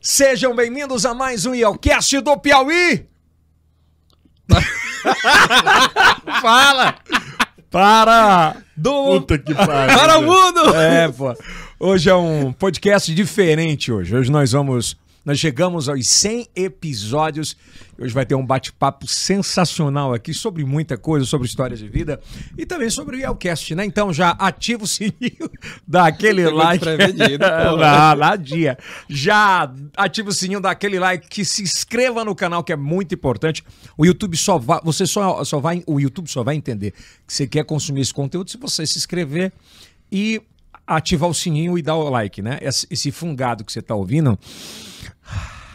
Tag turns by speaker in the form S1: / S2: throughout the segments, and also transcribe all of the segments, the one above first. S1: Sejam bem-vindos a mais um Ielcast do Piauí.
S2: Fala!
S1: Para do
S2: Puta que pariu.
S1: para o
S2: velho.
S1: mundo. É, pô. Hoje é um podcast diferente hoje. Hoje nós vamos nós chegamos aos 100 episódios. Hoje vai ter um bate-papo sensacional aqui sobre muita coisa, sobre histórias de vida e também sobre o Ielcast, né? Então já ativa o sininho, dá aquele
S3: Pegou
S1: like.
S3: desprevenido, pô.
S1: lá, lá dia. Já ativa o sininho, dá aquele like, que se inscreva no canal, que é muito importante. O YouTube só vai, você só, só vai, o YouTube só vai entender que você quer consumir esse conteúdo se você se inscrever e ativar o sininho e dar o like, né? Esse, esse fungado que você tá ouvindo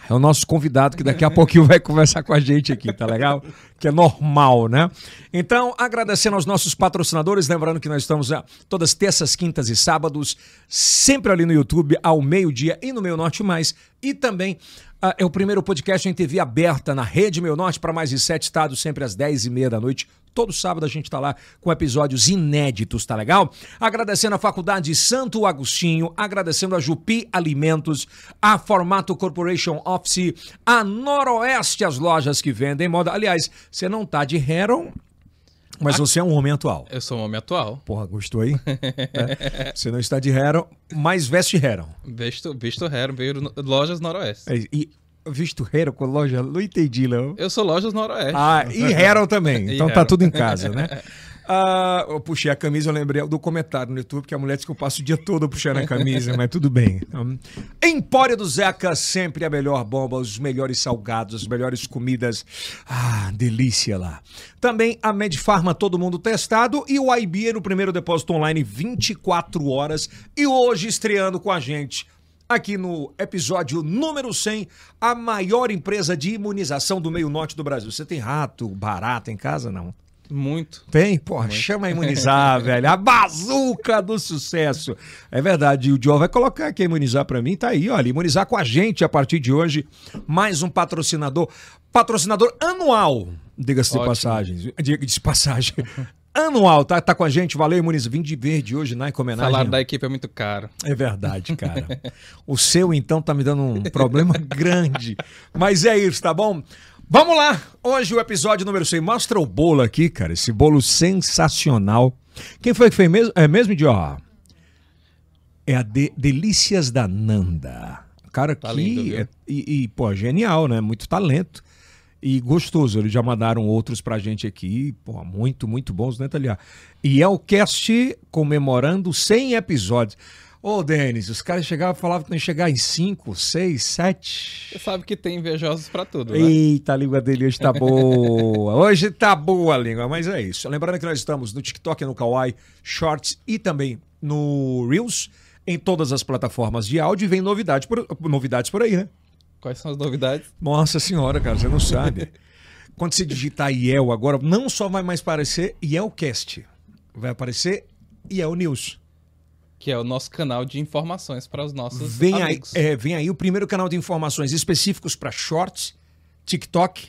S1: é o nosso convidado que daqui a pouquinho vai conversar com a gente aqui, tá legal? Que é normal, né? Então, agradecendo aos nossos patrocinadores, lembrando que nós estamos ah, todas terças, quintas e sábados, sempre ali no YouTube, ao meio-dia e no Meu Norte Mais. E também ah, é o primeiro podcast em TV aberta na Rede Meu Norte para mais de sete estados, sempre às dez e meia da noite. Todo sábado a gente tá lá com episódios inéditos, tá legal? Agradecendo a Faculdade Santo Agostinho, agradecendo a Jupi Alimentos, a Formato Corporation Office, a Noroeste, as lojas que vendem moda. Aliás, você não tá de Heron, mas você é um homem atual.
S3: Eu sou o homem atual.
S1: Porra, gostou aí? É. Você não está de Heron, mas veste Heron.
S3: Visto, visto Hero, veio no- Lojas Noroeste.
S1: É, E visto Heron com loja, não entendi, não.
S3: Eu sou Lojas Noroeste.
S1: Ah, e Harold também.
S3: E
S1: Então tá
S3: Harold.
S1: tudo em casa, né? Ah, eu puxei a camisa, eu lembrei do comentário no YouTube, que a mulher disse que eu passo o dia todo puxando a camisa, mas tudo bem. Hum. Empório do Zeca, sempre a melhor bomba, os melhores salgados, as melhores comidas. Ah, delícia lá. Também a Medfarma, todo mundo testado. E o Aibier, o primeiro depósito online, 24 horas. E hoje estreando com a gente aqui no episódio número 100, a maior empresa de imunização do meio norte do Brasil. Você tem rato, barata em casa? Não.
S3: Muito.
S1: Tem? Porra, chama a imunizar, velho. A bazuca do sucesso. É verdade. O Joe vai colocar aqui a imunizar pra mim. Tá aí, olha. Imunizar com a gente a partir de hoje. Mais um patrocinador. Patrocinador anual. Diga-se de
S3: Ótimo.
S1: passagem. Diga-se de passagem. Anual, tá, tá com a gente. Valeu, imuniza. Vim de verde hoje, na né, em homenagem.
S3: Salário da equipe é muito caro.
S1: É verdade, cara. O seu, então, tá me dando um problema grande. Mas é isso, tá bom? Vamos lá! Hoje o episódio número 100. Mostra o bolo aqui, cara. Esse bolo sensacional. Quem foi que fez mesmo? É mesmo de, ó... É a De- Delícias da Nanda. Cara,
S3: Tá
S1: que...
S3: lindo, viu?
S1: é- e, e, pô, genial, né? Muito talento. E gostoso. Eles já mandaram outros pra gente aqui. Pô, muito, muito bons, né, Thalia? E é o cast comemorando 100 episódios. Ô, Denis, os caras chegavam e falavam que não ia chegar em 5, 6, 7...
S3: Você sabe que tem invejosos pra tudo, né?
S1: Eita, a língua dele hoje tá boa. Hoje tá boa a língua, mas é isso. Lembrando que nós estamos no TikTok, no Kawaii, Shorts e também no Reels, em todas as plataformas de áudio. E vem novidade por, novidades por aí, né?
S3: Quais são as novidades?
S1: Nossa senhora, cara, você não sabe. Quando você digitar IEL agora, não só vai mais aparecer IELcast, vai aparecer IEL News.
S3: Que é o nosso canal de informações para os nossos
S1: Vem aí,
S3: amigos.
S1: é, vem aí o primeiro canal de informações específicos para Shorts, TikTok,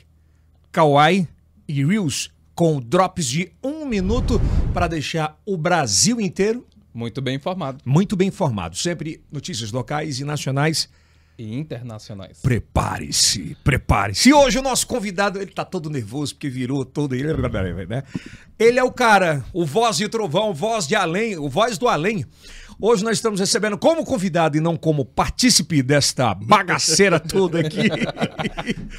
S1: Kawaii e Reels, com drops de um minuto para deixar o Brasil inteiro
S3: Muito bem informado.
S1: muito bem informado. Sempre notícias locais e nacionais.
S3: E internacionais.
S1: Prepare-se, prepare-se. E hoje o nosso convidado, ele tá todo nervoso porque virou todo ele, né? Ele é o cara, o voz de trovão, voz de além, o voz do além. Hoje nós estamos recebendo como convidado e não como partícipe desta bagaceira toda aqui.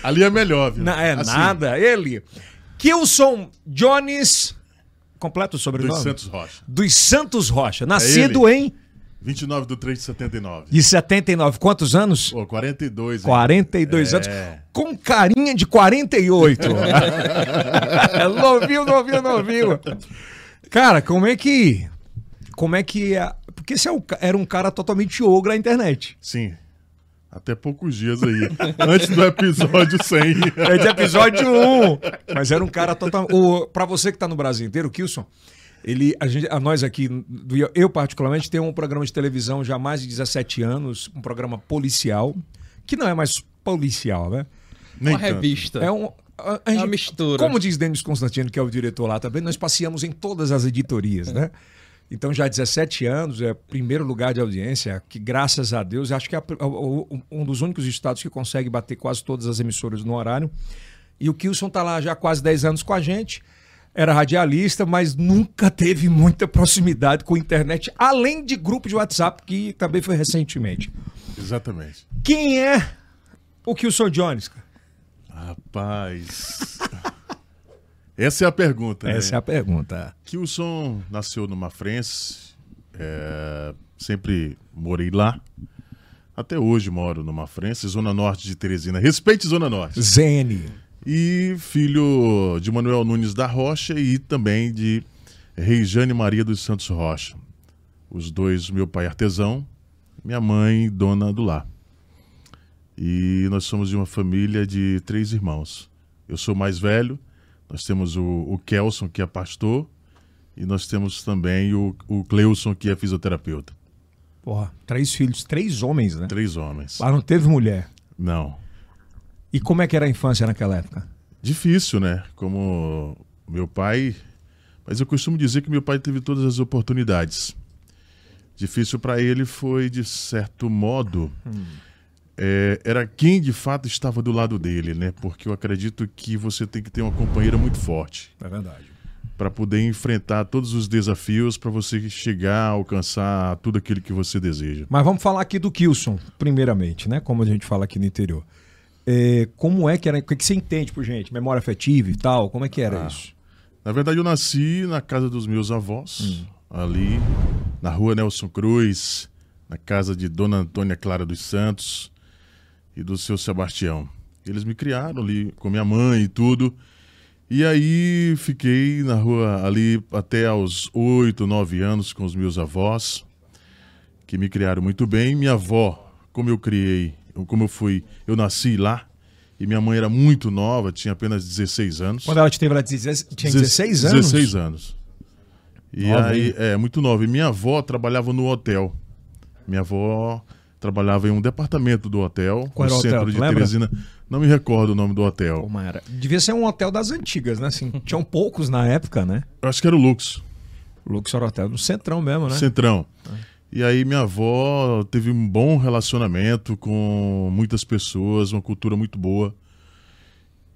S2: Ali é melhor, viu?
S1: Na- é
S2: Assim,
S1: nada, ele. Kilson Jones, completo o sobrenome?
S2: Dos Santos É Rocha.
S1: Dos Santos Rocha, nascido em
S2: 29 de 3 de 79.
S1: de 79, quantos anos?
S2: Pô, 42. hein?
S1: 42 anos, com carinha de 48. É novinho, novinho, novinho. Cara, como é que. Como é que. a- Porque esse é um ca- era um cara totalmente ogro na internet.
S2: Sim. Até poucos dias aí. Antes do episódio 100.
S1: É de episódio 1. Mas era um cara totalmente. o- Pra você que tá no Brasil inteiro, Kilson. Ele, a gente, a nós aqui, do- eu particularmente, tenho um programa de televisão já há mais de 17 anos, um programa policial, que não é mais policial, né?
S2: Nem
S3: Uma
S2: tanto.
S3: revista.
S1: É um- a- a
S3: É uma
S1: gente-
S3: mistura.
S1: Como diz Denis Constantino, que é o diretor lá também, nós passeamos em todas as editorias, né? Então, já há 17 anos, é primeiro lugar de audiência, que graças a Deus, acho que é a pri- o- o- um dos únicos estados que consegue bater quase todas as emissoras no horário. E o Kilson está lá já há quase 10 anos com a gente. Era radialista, mas nunca teve muita proximidade com a internet, além de grupo de WhatsApp, que também foi recentemente.
S2: Exatamente.
S1: Quem é o Kilson Jones? cara?
S2: Rapaz. Essa é a pergunta. né?
S1: Essa é a pergunta.
S2: Kilson nasceu no Mafrense, é, sempre morei lá. Até hoje moro no Mafrense, Zona Norte de Teresina. Respeite Zona Norte.
S1: Zene.
S2: E filho de Manuel Nunes da Rocha e também de Reijane Maria dos Santos Rocha. Os dois, meu pai artesão, minha mãe dona do lar. E nós somos de uma família de três irmãos. Eu sou o mais velho, nós temos o, o Kelson, que é pastor, e nós temos também o, o Cleuson, que é fisioterapeuta.
S1: Porra, três filhos, três homens, né?
S2: Três homens.
S1: Lá não teve mulher.
S2: Não.
S1: E como é que era a infância naquela época?
S2: Difícil, né? Como meu pai. Mas eu costumo dizer que meu pai teve todas as oportunidades. Difícil para ele foi, de certo modo, é, era quem de fato estava do lado dele, né? Porque eu acredito que você tem que ter uma companheira muito forte
S1: É verdade.
S2: para poder enfrentar todos os desafios, para você chegar a alcançar tudo aquilo que você deseja.
S1: Mas vamos falar aqui do Kilson, primeiramente, né? Como a gente fala aqui no interior. É, como é que era? O que que você entende por gente? Memória afetiva e tal? Como é que era isso?
S2: Na verdade, eu nasci na casa dos meus avós, ali na rua Nelson Cruz, na casa de Dona Antônia Clara dos Santos e do seu Sebastião. Eles me criaram ali com minha mãe e tudo. E aí fiquei na rua ali até aos oito, nove anos com os meus avós, que me criaram muito bem. Minha avó, como eu criei, como eu fui, eu nasci lá. E minha mãe era muito nova, tinha apenas 16 anos.
S1: Quando ela te teve, ela tinha 16 tinha 16 anos?
S2: 16 anos. E
S1: Nova,
S2: aí,
S1: hein?
S2: é, muito nova. E minha avó trabalhava no hotel. Minha avó trabalhava em um departamento do hotel,
S1: Qual era
S2: no
S1: o hotel?
S2: centro
S1: Tu
S2: de
S1: lembra?
S2: Teresina. Não me recordo o nome do hotel.
S1: Como era? Devia ser um hotel das antigas, né? Assim, tinham poucos na época, né?
S2: Eu acho que era o Lux,
S1: Luxor Hotel, no centrão mesmo, né?
S2: Centrão. E aí minha avó teve um bom relacionamento com muitas pessoas, uma cultura muito boa.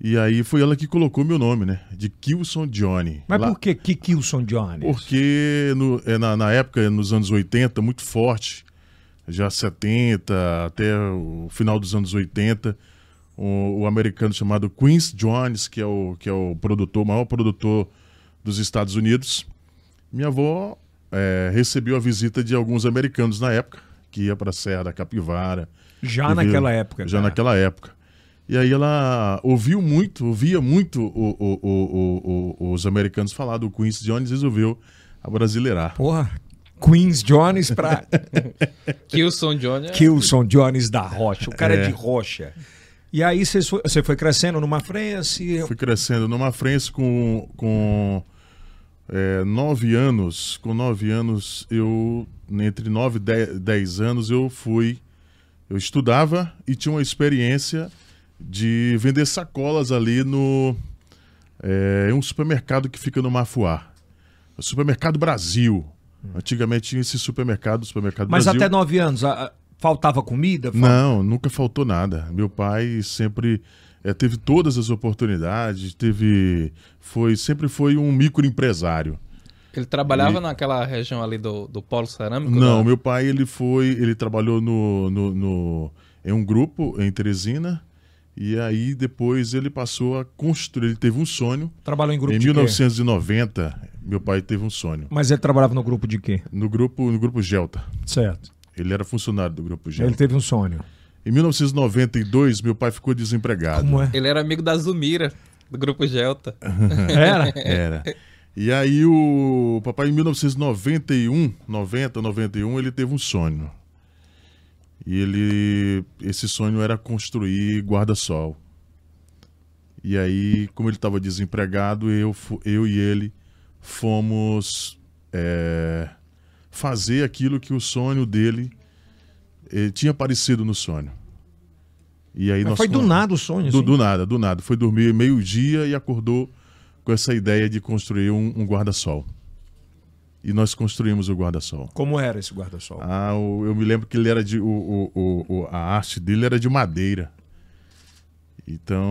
S2: E aí foi ela que colocou meu nome, né? De Kilson Johnny.
S1: Mas
S2: Lá-
S1: por que que Kilson Johnny?
S2: Porque no- é, na, na época, nos anos 80, muito forte, já 70, até o final dos anos 80, o, o americano chamado Quincy Jones, que é o, que é o produtor, maior produtor dos Estados Unidos, minha avó é, recebeu a visita de alguns americanos na época, que ia para a Serra da Capivara.
S1: Já
S2: e
S1: naquela
S2: viu-
S1: época.
S2: Já
S1: cara.
S2: naquela época. E aí ela ouviu muito, ouvia muito o- o- o- o- o- os americanos falar do Quincy Jones e resolveu abrasileirar.
S1: Porra, Queens Jones pra
S3: Kilson Johnny. é-
S1: Kilson Jones da Rocha. O cara é,
S2: É.
S1: de rocha. E aí você foi, você foi crescendo numa frente.
S2: Fui crescendo numa frente com, com é, nove anos. Com nove anos, eu. Entre nove e dez, dez anos, eu fui. Eu estudava e tinha uma experiência de vender sacolas ali no. É, em um supermercado que fica no Mafuá. O Supermercado Brasil. Antigamente tinha esse supermercado, supermercado
S1: Mas
S2: Brasil.
S1: até nove anos, a- a- faltava comida? Fal-
S2: Não, nunca faltou nada. Meu pai sempre eh, teve todas as oportunidades, teve foi sempre foi um microempresário.
S3: Ele trabalhava naquela região ali do, do Polo Cerâmico?
S2: Não,
S3: né?
S2: meu pai ele foi, ele trabalhou no, no, no- em um grupo em Teresina e aí depois ele passou a construir. Ele teve um sonho
S1: Trabalhou em grupo
S2: em
S1: de quê?
S2: 1990. Meu pai teve um sonho
S1: Mas ele trabalhava no grupo de quê?
S2: no grupo no grupo Gelta.
S1: Certo.
S2: Ele era funcionário do grupo
S1: Ele
S2: Gelta.
S1: teve um sonho.
S2: Em 1992 meu pai ficou desempregado.
S1: Como é?
S3: Ele era amigo da Zumira, do grupo Gelta.
S2: É.
S1: Era?
S2: Era. E aí o papai em 1991, 90, 91, ele teve um sonho. E ele esse sonho era construir guarda-sol. E aí, como ele estava desempregado, eu, fu- eu e ele fomos é, fazer aquilo que o sonho dele eh, tinha aparecido no sonho. E aí
S1: Mas
S2: nós
S1: foi do
S2: con-
S1: nada o sonho.
S2: do,
S1: assim.
S2: do nada, do nada. Foi dormir meio-dia e acordou com essa ideia de construir um, um guarda-sol. e nós construímos o guarda-sol.
S1: Como era esse guarda-sol?
S2: Ah, o- eu me lembro que ele era de. O, o- o- o- a arte dele era de madeira. Então,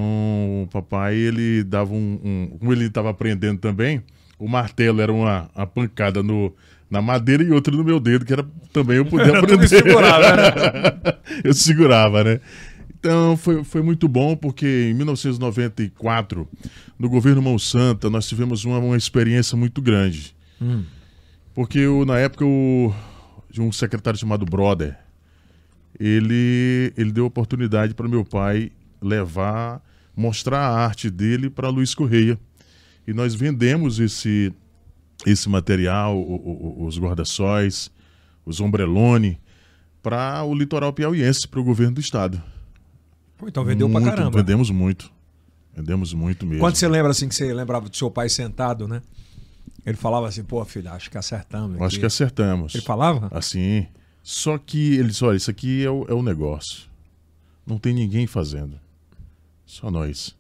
S2: o papai, ele dava um. um- como ele estava aprendendo também, o martelo era uma, uma pancada no, na madeira e outra no meu dedo, que era também eu podia
S1: Tudo
S2: aprender.
S1: segurado, né?
S2: eu segurava, né? Então foi, foi muito bom, porque em 1994, no governo Mão Santa, nós tivemos uma, uma experiência muito grande.
S1: Hum.
S2: Porque eu, na época o, de um secretário chamado Brother, ele, ele deu oportunidade para meu pai levar, mostrar a arte dele para Luiz Correia. E nós vendemos esse, esse material, o- o- o- os guarda-sóis, os ombrelone, para o litoral piauiense, para o governo do estado.
S1: Pô, Então vendeu
S2: muito,
S1: pra caramba.
S2: Vendemos muito. Vendemos muito mesmo.
S1: Quando você lembra assim que você lembrava do seu pai sentado, né? Ele falava assim, pô, filho, acho que acertamos.
S2: Eu Acho
S1: aqui.
S2: que acertamos.
S1: Ele falava?
S2: Assim. Só que ele disse: olha, isso aqui é o, é o negócio. Não tem ninguém fazendo. Só nós.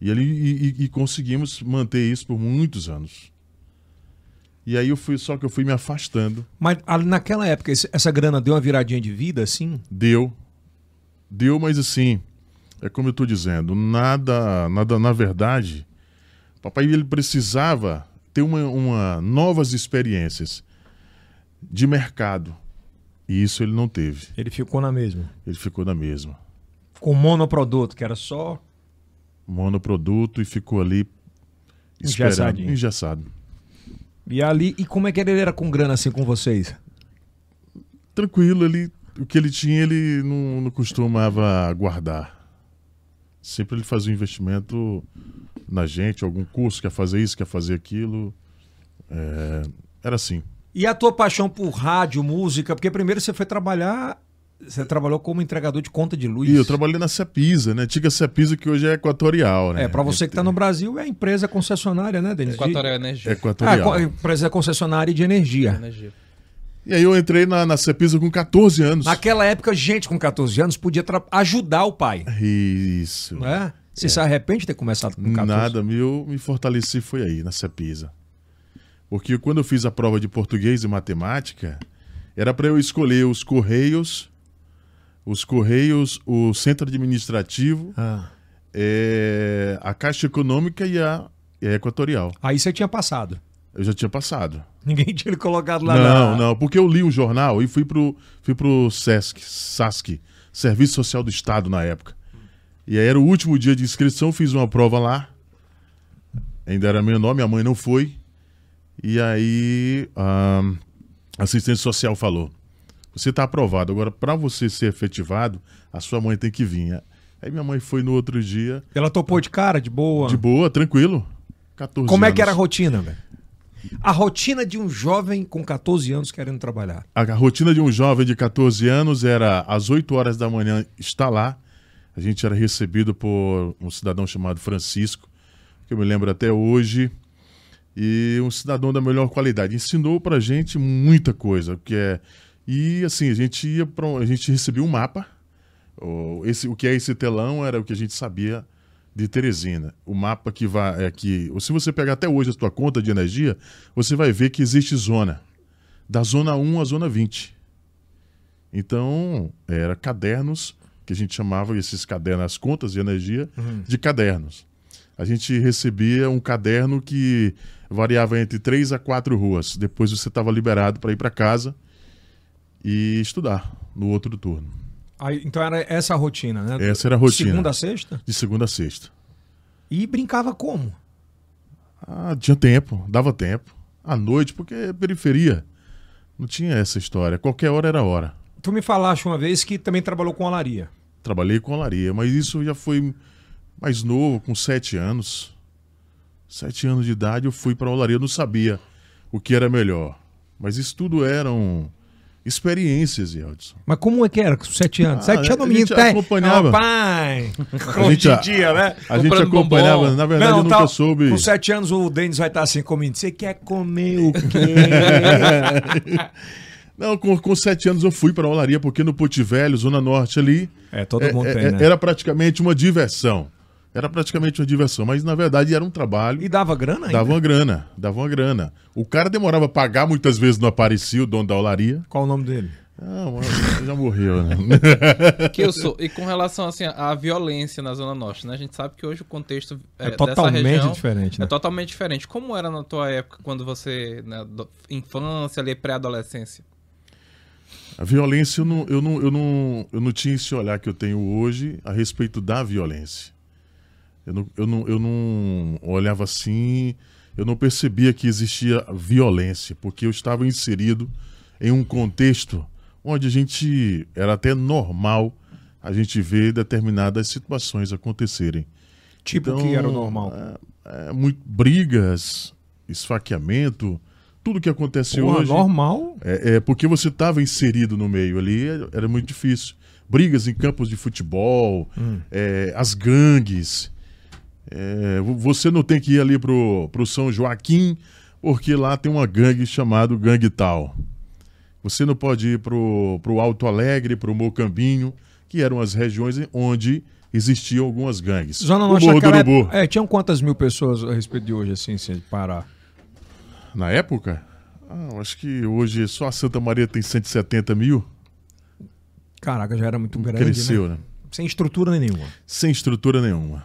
S2: E, ele, e, e- e conseguimos manter isso por muitos anos. E aí eu fui, só que eu fui me afastando.
S1: Mas ah, naquela época, esse- essa grana deu uma viradinha de vida, assim?
S2: Deu. Deu, mas assim, é como eu tô dizendo, nada, nada na verdade, papai ele precisava ter uma, uma novas experiências de mercado. E isso ele não teve.
S1: Ele ficou na mesma.
S2: Ele ficou na mesma.
S1: Com um monoproduto, que era só.
S2: Um Monoproduto e ficou ali esperando,
S1: Engessadinho.
S2: engessado.
S1: E ali. E como é que ele era com grana assim com vocês?
S2: Tranquilo, ele, o que ele tinha ele não, não costumava guardar. Sempre ele fazia um investimento na gente, algum curso, quer fazer isso, quer fazer aquilo. É, era assim.
S1: E a tua paixão por rádio, música? Porque primeiro você foi trabalhar. Você trabalhou como entregador de conta de luz.
S2: E eu trabalhei na Cepisa, né? Antiga Cepisa que hoje é Equatorial, né?
S1: É, pra você que tá no Brasil, é a empresa concessionária, né, Denis?
S3: Equatorial Energia.
S1: De... Ah,
S2: É Equatorial.
S1: co- empresa concessionária de energia.
S3: Energia.
S2: E aí eu entrei na, na Cepisa com 14 anos.
S1: Naquela época, gente com 14 anos podia tra- ajudar o pai,
S2: Isso.
S1: não é? Você se arrepende de ter começado com 14?
S2: Nada, eu me fortaleci foi aí, na Cepisa. Porque quando eu fiz a prova de português e matemática, era para eu escolher os Correios, os Correios, o Centro Administrativo,
S1: Ah.
S2: eh, a Caixa Econômica e a, e a Equatorial.
S1: Aí você tinha passado.
S2: Eu já tinha passado.
S1: Ninguém tinha lhe colocado lá
S2: não,
S1: na-
S2: não, porque eu li um jornal e fui pro, fui pro SESC, SASC, Serviço Social do Estado na época. E aí era o último dia de inscrição, fiz uma prova lá. Ainda era menor, minha mãe não foi. E aí a assistente social falou: Você está aprovado, agora para você ser efetivado, a sua mãe tem que vir. Aí minha mãe foi no outro dia,
S1: Ela topou de cara, de boa. né?
S2: de boa, tranquilo. 14
S1: Como é que era a
S2: anos.
S1: rotina, velho? A rotina de um jovem com 14 anos querendo trabalhar.
S2: A rotina de um jovem de 14 anos era às 8 horas da manhã estar lá. A gente era recebido por um cidadão chamado Francisco, que eu me lembro até hoje, e um cidadão da melhor qualidade. Ensinou pra gente muita coisa, que é e assim, a gente ia para a gente recebia um mapa. O, esse, o que é esse telão era o que a gente sabia de Teresina. O mapa que vai é que, se você pegar até hoje a sua conta de energia, você vai ver que existe zona da zona 1 à zona 20. Então, era cadernos, que a gente chamava esses cadernos, as contas de energia, de cadernos. A gente recebia um caderno que variava entre três a quatro ruas. Depois você estava liberado para ir para casa e estudar no outro turno.
S1: Aí, então era essa a rotina, né?
S2: Essa era a rotina.
S1: Segunda a sexta?
S2: De segunda a sexta.
S1: E brincava como?
S2: Ah, tinha tempo, dava tempo. À noite, porque é periferia. Não tinha essa história. Qualquer hora era hora.
S1: Tu me falaste uma vez que também trabalhou com alaria.
S2: Trabalhei com olaria, mas isso já foi mais novo, com sete anos. Sete anos de idade eu fui para olaria, eu não sabia o que era melhor. Mas isso tudo eram experiências, Yeldson.
S1: Mas como é que era com sete anos?
S2: Ah,
S1: sete anos
S2: a
S1: o menino
S2: gente
S1: tá...
S2: acompanhava.
S1: Ah, pai!
S2: A gente-
S1: Hoje em dia, né?
S2: A gente
S3: Comprando
S2: acompanhava,
S3: bombom.
S2: na verdade eu nunca
S1: tá-
S2: soube.
S1: Com sete anos o Denis vai estar assim comigo. Você quer comer o quê?
S2: Não, com, com sete anos eu fui para olaria, porque no Ponte Velho, Zona Norte ali,
S1: É, todo
S2: é-
S1: mundo
S2: é-
S1: tem, né?
S2: era praticamente uma diversão. Era praticamente uma diversão, mas na verdade era um trabalho.
S1: E dava grana ainda?
S2: Dava uma grana, dava uma grana. O cara demorava a pagar, muitas vezes não aparecia o dono da olaria.
S1: Qual o nome dele?
S2: Ah, mas já morreu, né?
S3: Que eu sou. E com relação assim, à violência na Zona Norte, né? A gente sabe que hoje o contexto
S1: É
S3: eh,
S1: totalmente
S3: dessa região
S1: diferente, né?
S3: É totalmente diferente. Como era na tua época, quando você. né, do- infância, ali, pré-adolescência?
S2: A violência, eu não, eu, não, eu, não, eu não tinha esse olhar que eu tenho hoje a respeito da violência. Eu não, eu não, eu não olhava assim, eu não percebia que existia violência, porque eu estava inserido em um contexto onde a gente era até normal a gente ver determinadas situações acontecerem.
S1: Tipo
S2: Então,
S1: que era o normal.
S2: É, é muito, brigas, esfaqueamento, tudo que acontece
S1: Porra,
S2: hoje.
S1: normal.
S2: É, é, porque você estava inserido no meio ali, é- era muito difícil. Brigas em campos de futebol,
S1: Hum.
S2: é, as gangues. É, vo- você não tem que ir ali pro, pro São Joaquim, porque lá tem uma gangue chamada Gangue Tal. Você não pode ir pro, pro Alto Alegre, pro Mocambinho, que eram as regiões onde existiam algumas gangues.
S1: Zona
S2: O
S1: Norte
S2: Morro do
S1: naquela
S2: Urubu.
S1: época- é, tinham quantas mil pessoas a respeito de hoje, assim, se parar? é-
S2: Na época? Ah, eu acho que hoje só a Santa Maria tem 170 mil.
S1: Caraca, já era muito grande, né?
S2: Cresceu, né?
S1: Sem estrutura nenhuma.
S2: Sem estrutura nenhuma.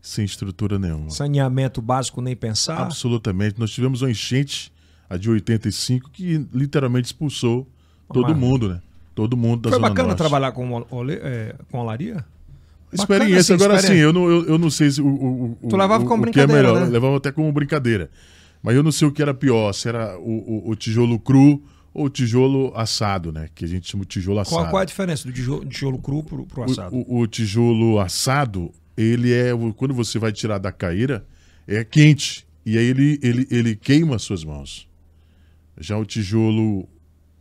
S2: Sem estrutura nenhuma.
S1: Saneamento básico nem pensar.
S2: Absolutamente. Nós tivemos uma enchente, a de 85, que literalmente expulsou todo
S1: maravilha.
S2: mundo, né? Todo mundo da
S1: Foi
S2: Zona
S1: bacana
S2: Norte.
S1: trabalhar com, o- ole- é, com olaria?
S2: Experiência,
S1: Bacana,
S2: agora
S1: sim,
S2: sim, eu não, eu, eu não sei se o, o, o-
S1: Tu levava
S2: o,
S1: como
S2: o que é
S1: brincadeira,
S2: melhor.
S1: né?
S2: Eu Levava até como brincadeira. Mas eu não sei o que era pior, se era o, o- o tijolo cru ou o tijolo assado, né? Que a gente chama de tijolo assado.
S1: Qual, qual é a diferença do tijo- tijolo cru pro, pro
S2: O-
S1: assado?
S2: O, o tijolo assado, ele é. o- Quando você vai tirar da caíra, é quente. E aí ele, ele, ele queima as suas mãos. Já o tijolo.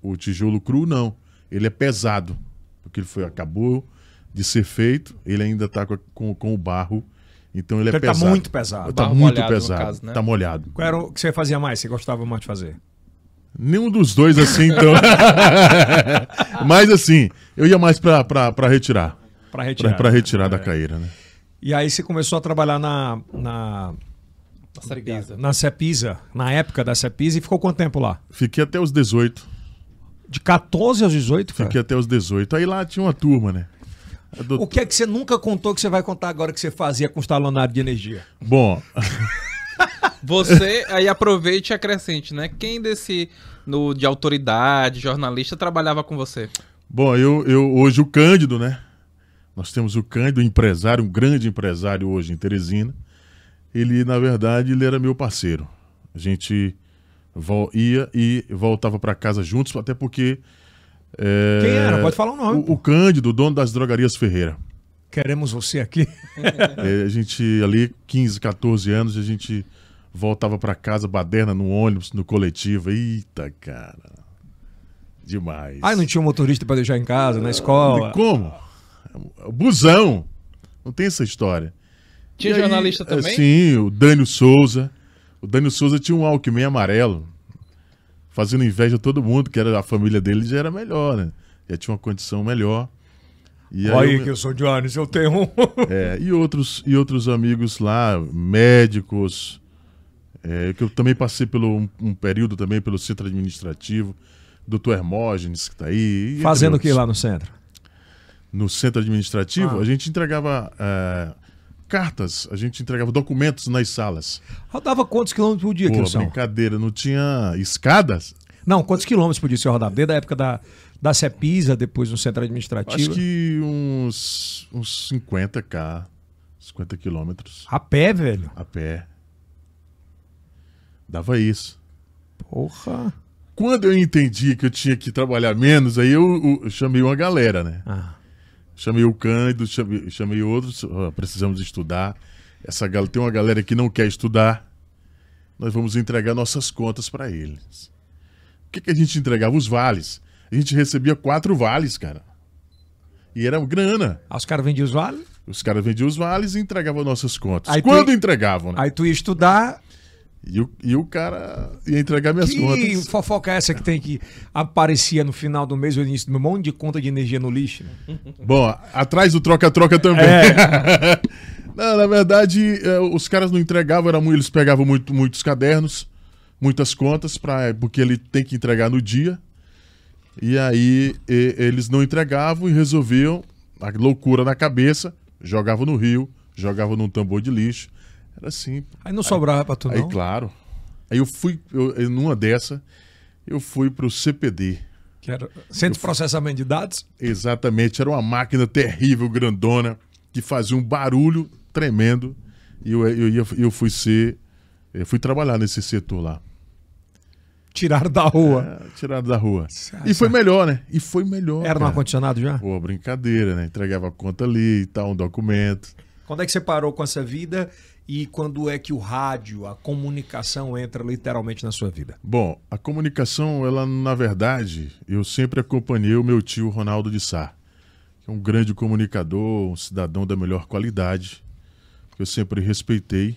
S2: O tijolo cru, não. Ele é pesado. Porque ele foi, acabou de ser feito, ele ainda está com, com, com o barro. Então ele é
S1: Então ele tá
S2: pesado.
S1: muito pesado.
S2: Tá
S3: Barro
S2: muito
S3: molhado, no
S2: pesado.
S3: caso, né?
S2: Tá molhado.
S1: Qual era o que você fazia mais? Você gostava mais de fazer?
S2: Nenhum dos dois, assim, então. Mas assim, eu ia mais pra, pra, pra retirar.
S1: Pra
S2: Pra,
S1: retirar. É.
S2: pra retirar da caíra, né?
S1: E aí você começou a trabalhar na, na,
S3: Nossa, pisa.
S1: na Cepisa, na época da Cepisa, e ficou quanto tempo lá?
S2: Fiquei até os 18.
S1: De 14 aos 18, cara?
S2: Fiquei até os 18. Aí lá tinha uma turma, né? A doutora-
S1: O que é que você nunca contou que você vai contar agora que você fazia com os talonários de energia?
S2: Bom,
S3: Você aí aproveite e acrescente, né? Quem desse no, de autoridade, jornalista, trabalhava com você?
S2: bom eu, eu hoje o Cândido, né? Nós temos o Cândido, empresário, um grande empresário hoje em Teresina. Ele, na verdade, ele era meu parceiro. A gente vo- ia e voltava para casa juntos, até porque é,
S1: Quem era? Pode falar o nome.
S2: o, o Cândido, dono das drogarias Ferreira.
S1: Queremos você aqui.
S2: É, a gente ali, 15, 14 anos, a gente voltava pra casa, baderna no ônibus, no coletivo. Eita, cara. Demais.
S1: Ai, não tinha um motorista pra deixar em casa, na escola.
S2: E Como? Busão. Não tem essa história.
S3: Tinha
S2: E aí,
S3: jornalista também?
S1: assim,
S2: é, Sim, o Dânio Souza. O Dânio Souza tinha um Alckmin amarelo, fazendo inveja a todo mundo, que era a família dele já era melhor, né? Já tinha uma condição melhor. E
S1: Olha aí
S2: eu-
S1: que eu sou Jones, eu tenho um.
S2: é, e, outros, e outros amigos lá, médicos, é, que eu também passei por um, um período também pelo centro administrativo, doutor Hermógenes, que está aí. e entre
S1: Fazendo o que
S2: outros.
S1: lá no centro?
S2: No centro administrativo,
S1: Ah.
S2: a gente entregava é, cartas, a gente entregava documentos nas salas.
S1: Rodava quantos quilômetros por dia,
S2: Pô,
S1: Kilson?
S2: brincadeira, não tinha escadas?
S1: Não, quantos quilômetros por dia você rodava? Desde a época da, da Cepisa, depois no centro administrativo.
S2: Acho que uns, uns 50k, 50 quilômetros
S1: A pé, velho.
S2: a pé. Dava isso.
S1: Porra.
S2: Quando eu entendi que eu tinha que trabalhar menos, aí eu, eu chamei uma galera, né?
S1: Ah.
S2: Chamei o Cândido, chamei, chamei outros, ó, precisamos estudar. Essa galera tem uma galera que não quer estudar. Nós vamos entregar nossas contas para eles. O que, que a gente entregava? Os vales. A gente recebia quatro vales, cara. E era grana.
S1: Aí os caras vendiam os vales,
S2: Os caras vendiam os vales e entregavam nossas contas.
S1: Aí tu-
S2: Quando entregavam, né?
S1: aí tu ia estudar.
S2: E, o, e o cara ia entregar minhas
S1: Que
S2: contas.
S1: fofoca é essa que tem que aparecia no final do mês ou início do mês? Um monte de conta de energia no lixo. né?
S2: Bom, atrás do troca-troca também. Não, na verdade, eh, os caras não entregavam, era, mu- eles pegavam muito, muitos cadernos, muitas contas, pra, é, porque ele tem que entregar no dia. E aí e- eles não entregavam e resolviam, a loucura na cabeça, jogavam no rio, jogavam num tambor de lixo. Era assim.
S1: Aí não sobrava pra tu,
S2: Aí,
S1: não?
S2: claro. Aí eu fui, eu, eu- numa dessa, eu fui pro CPD.
S1: Que era Centro de Processamento de Dados.
S2: Exatamente, era uma máquina terrível, grandona, que fazia um barulho tremendo. E eu, eu, ia- eu fui ser. Eu fui trabalhar nesse setor lá.
S1: Tiraram da rua.
S2: É, Tirado da rua.
S1: Certo.
S2: E foi melhor, né? E foi melhor.
S1: Era no
S2: cara.
S1: ar-condicionado já?
S2: Pô, brincadeira, né? Entregava a conta ali e tal, um documento.
S1: Quando é que você parou com essa vida e quando é que o rádio, a comunicação entra literalmente na sua vida?
S2: Bom, a comunicação, ela, na verdade, eu sempre acompanhei o meu tio Ronaldo de Sá, que é um grande comunicador, um cidadão da melhor qualidade, que eu sempre respeitei.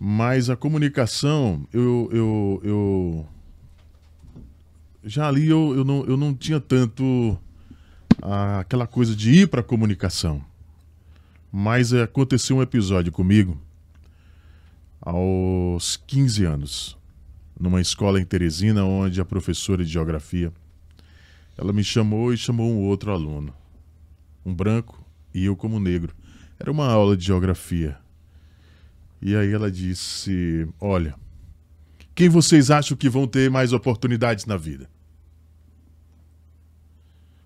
S2: Mas a comunicação, eu. eu, eu já ali eu, eu, não, eu não tinha tanto ah, aquela coisa de ir para a comunicação. Mas eh, aconteceu um episódio comigo aos 15 anos numa escola em Teresina, onde a professora de geografia, ela me chamou e chamou um outro aluno, um branco e eu como negro. Era uma aula de geografia. E aí ela disse: "Olha, quem vocês acham que vão ter mais oportunidades na vida?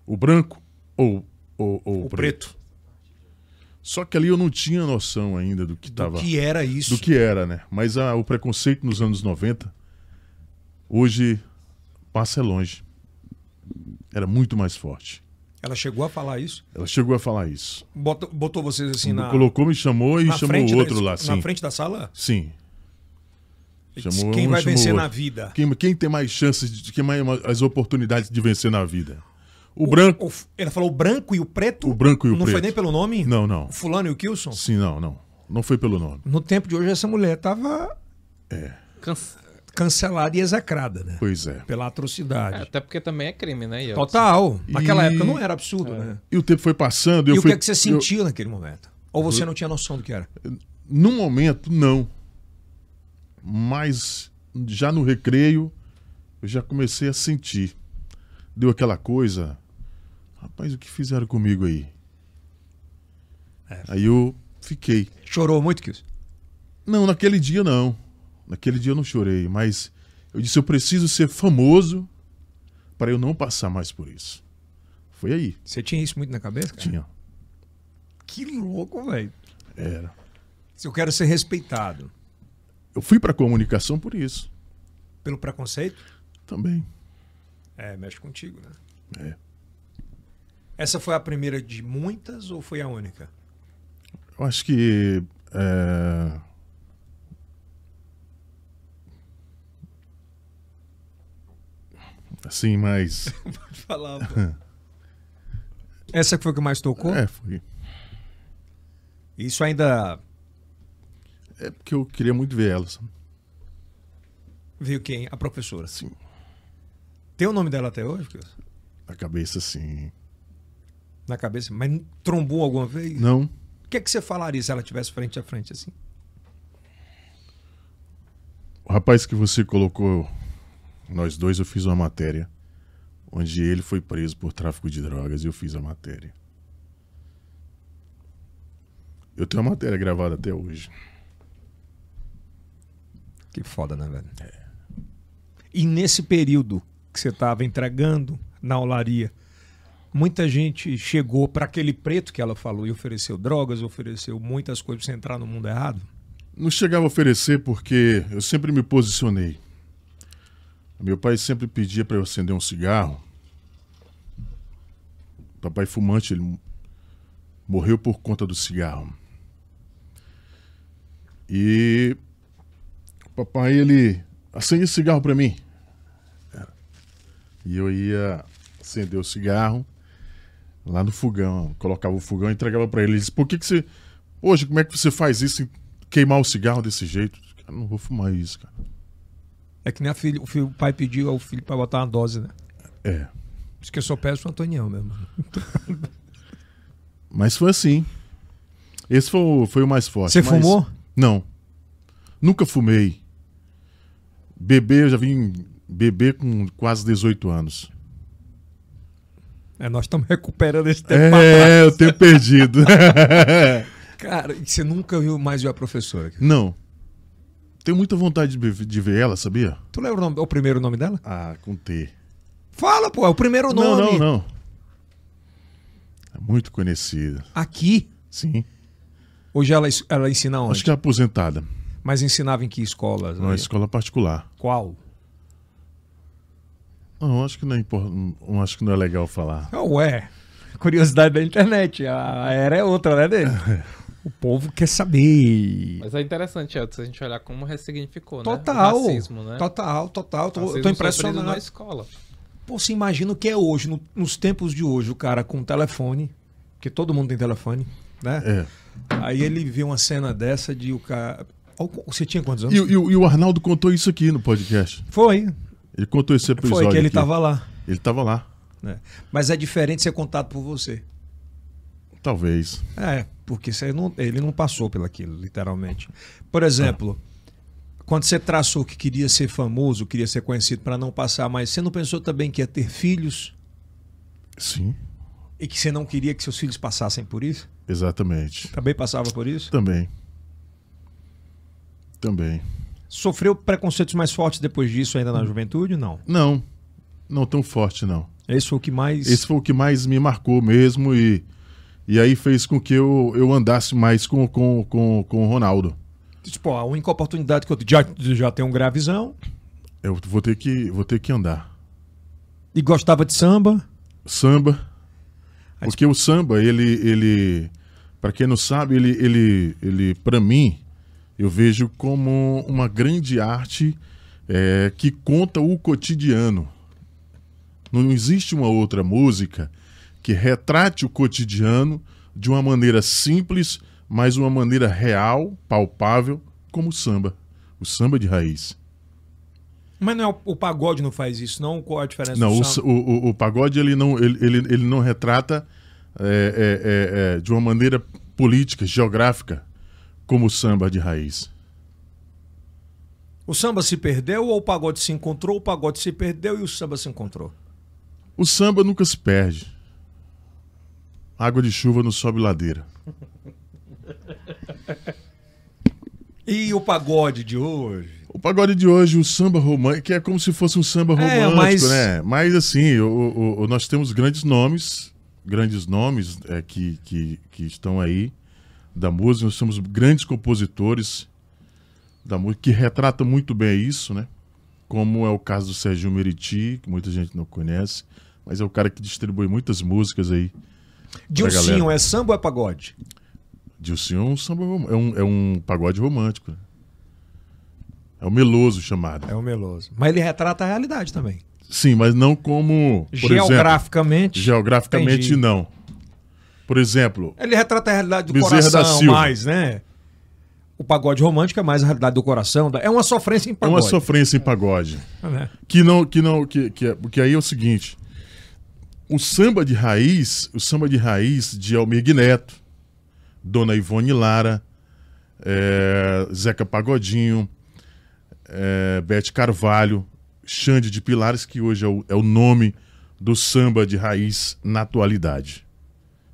S2: O branco ou, ou, ou o preto?" Só que ali eu não tinha noção ainda do que estava
S1: Do que era isso?
S2: do que era, né? Mas ah, o preconceito nos anos 90, hoje, passa é longe. Era muito mais forte.
S1: Ela chegou a falar isso?
S2: Ela chegou a falar isso.
S1: Botou, botou vocês assim na,
S2: Colocou, me chamou e
S1: na
S2: chamou o outro
S1: da,
S2: lá,
S1: na
S2: sim.
S1: frente da sala?
S2: Sim.
S1: Ele disse,
S2: Chamou
S1: Quem
S2: um,
S1: vai
S2: chamou
S1: vencer
S2: outro.
S1: na vida?
S2: Quem, quem tem mais chances, de, quem mais as oportunidades de vencer na vida? O, branco.
S1: O f- ela falou o branco e o preto?
S2: O branco e o
S1: Não foi
S2: preto.
S1: nem pelo nome?
S2: Não, não.
S1: O fulano e o Kilson?
S2: Sim, não, não. Não foi pelo nome.
S1: No tempo de hoje, essa mulher tava
S3: Cansa-
S1: cancelada e execrada, né?
S2: Pois é.
S1: Pela
S3: É,
S1: atrocidade.
S3: Até porque também é crime, né? Ieltsin?
S1: Total. Naquela
S2: E-
S1: época não era absurdo, né?
S2: E o tempo foi passando.
S1: E
S2: eu
S1: o
S2: fui,
S1: que é que você
S2: eu-
S1: sentiu naquele momento? Ou você não tinha noção do que era?
S2: No momento, não. Mas já no recreio, eu já comecei a sentir. Deu aquela coisa. Rapaz, o que fizeram comigo aí? Aí eu fiquei.
S1: Chorou muito, Kilson?
S2: Não, naquele dia não. Naquele dia eu não chorei, mas eu disse: eu preciso ser famoso para eu não passar mais por isso. Foi aí.
S1: Você tinha isso muito na cabeça, cara?
S2: Tinha.
S1: Que louco, velho.
S2: Era.
S1: Se Eu quero ser respeitado
S2: Eu fui para comunicação por isso
S1: pelo preconceito.
S2: também.
S1: É, mexe contigo, né?
S2: É.
S1: Essa foi a primeira de muitas ou foi a única?
S2: Eu acho que. é, Assim, mas.
S1: Pode falar, pô. Essa que foi o que mais tocou?
S2: É, foi.
S1: Isso ainda
S2: É porque eu queria muito ver elas.
S1: veio quem? A professora.
S2: Assim,
S1: Tem o nome dela até hoje, Kilson?
S2: na cabeça, assim.
S1: Na cabeça, mas trombou alguma vez?
S2: Não.
S1: O que, é que você falaria se ela tivesse frente a frente assim?
S2: O rapaz que você colocou, nós dois, eu fiz uma matéria onde ele foi preso por tráfico de drogas e eu fiz a matéria. Eu tenho a matéria gravada até hoje.
S1: Que foda, né, velho? E nesse período que você estava entregando na olaria, muita gente chegou para aquele preto que ela falou e ofereceu drogas, ofereceu muitas coisas pra você entrar no mundo errado.
S2: Não chegava a oferecer porque eu sempre me posicionei. Meu pai sempre pedia para eu acender um cigarro. Papai fumante, ele morreu por conta do cigarro. E o papai ele acende esse cigarro para mim. E eu ia acender o cigarro lá no fogão, colocava o fogão e entregava para ele. Ele disse: "Por que que você hoje como é que você faz isso, queimar o cigarro desse jeito?" Cara, não vou fumar isso, cara.
S1: É que nem a filha, o, filho, o pai pediu ao filho para botar uma dose, né?
S2: É.
S1: Isso que eu só peço o Antonião mesmo.
S2: Mas foi assim. Esse foi, o- foi o mais forte.
S1: Você
S2: mas-
S1: fumou?
S2: Não. Nunca fumei. Beber, eu já vim beber com quase 18 anos.
S1: É, nós estamos recuperando esse tempo. pra trás.
S2: É, eu tenho perdido.
S1: Cara, e você nunca viu mais ver a professora.
S2: Não. Tenho muita vontade de, be- de ver ela, sabia?
S1: Tu lembra o, nome- o primeiro nome dela?
S2: Ah, com T.
S1: Fala, pô, é o primeiro
S2: Não,
S1: nome.
S2: não, não. É muito conhecida.
S1: Aqui.
S2: Sim.
S1: Hoje ela, es- ela ensina onde?
S2: Acho que é aposentada.
S1: Mas ensinava em que escolas?
S2: Numa
S1: aí?
S2: escola particular.
S1: Qual?
S2: Não, acho que não é, impor- não, acho que não é legal falar.
S1: Ah, Ué, curiosidade da internet. A era é outra, né, dele? o povo quer saber.
S3: Mas é interessante, Edson, a gente olhar como ressignificou, né?
S1: Total,
S3: O racismo, né?
S1: total, total. Tô,
S3: Racismo
S1: tô
S3: sofrido
S1: impressionado.
S3: na escola.
S1: Pô, você imagina o que é hoje, no- nos tempos de hoje, o cara com telefone, porque todo mundo tem telefone, né?
S2: É.
S1: Aí ele vê uma cena dessa de o cara. Ó, Você tinha quantos anos?
S2: E, o- e o- e o Arnaldo contou isso aqui no podcast.
S1: Foi,
S2: Ele contou esse episódio.
S1: foi que ele
S2: aqui.
S1: tava lá.
S2: Ele tava lá.
S1: né? Mas é diferente ser contado por você.
S2: Talvez.
S1: É, porque você não- ele não passou pelaquilo, literalmente. Por exemplo, quando você traçou que queria ser famoso, queria ser conhecido para não passar mais, você não pensou também que ia ter filhos
S2: Sim.
S1: e que você não queria que seus filhos passassem por isso?
S2: Exatamente.
S1: Também passava por isso?
S2: Também. Também.
S1: Sofreu preconceitos mais fortes depois disso ainda na juventude? Não.
S2: Não. Não tão forte, não.
S1: Esse foi o que mais.
S2: Esse foi o que mais me marcou mesmo e, e aí fez com que eu, eu andasse mais com, com, com, com o Ronaldo.
S1: Tipo, ó, a única oportunidade que eu já, já tenho um gravizão
S2: Eu vou ter que, vou ter que andar.
S1: e gostava de samba.
S2: Samba. Porque o samba, ele. ele para quem não sabe, ele, ele, ele para mim, eu vejo como uma grande arte é, que conta o cotidiano. Não existe uma outra música que retrate o cotidiano de uma maneira simples, mas uma maneira real, palpável, como o samba. O samba de raiz.
S1: Mas não é o, o pagode não faz isso, não? Qual a diferença
S2: Não,
S1: do
S2: o,
S1: samba?
S2: o- o- o pagode ele não, ele, ele, ele não retrata é, é, é, é, de uma maneira política, geográfica, como o samba de raiz.
S1: O samba se perdeu ou o pagode se encontrou? O pagode se perdeu e o samba se encontrou.
S2: O samba nunca se perde. Água de chuva não sobe ladeira.
S1: E o pagode de hoje?
S2: O pagode de hoje, o samba romântico, que é como se fosse um samba
S1: É,
S2: romântico,
S1: mas-
S2: né? Mas assim, o- o- o- nós temos grandes nomes, grandes nomes é, que, que, que estão aí da música, nós temos grandes compositores da música que retratam muito bem isso, né? Como é o caso do Serginho Meriti, que muita gente não conhece, mas é o cara que distribui muitas músicas aí.
S1: Dilcinho é samba ou é pagode?
S2: Dilson é um samba rom- é um, é um pagode romântico. né? É o meloso chamado.
S1: É o Meloso. Mas ele retrata a realidade também.
S2: Sim, mas não como. Por exemplo,
S1: Geograficamente.
S2: geograficamente
S1: Entendi.
S2: não. Por exemplo,
S1: Ele retrata a realidade do
S2: Bezerra da
S1: coração
S2: Silva.
S1: mais, né? O pagode romântico é mais a realidade do coração. da- É uma sofrência em
S2: é
S1: pagode.
S2: uma É. sofrência em pagode.
S1: né?
S2: Que não, que não, que, que é, porque aí é o seguinte: o samba de raiz, o samba de raiz de Almir Neto, Dona Ivone Lara, é, Zeca Pagodinho, é, Bete Carvalho, Xande de Pilares, que hoje é o, é o nome do samba de raiz na atualidade.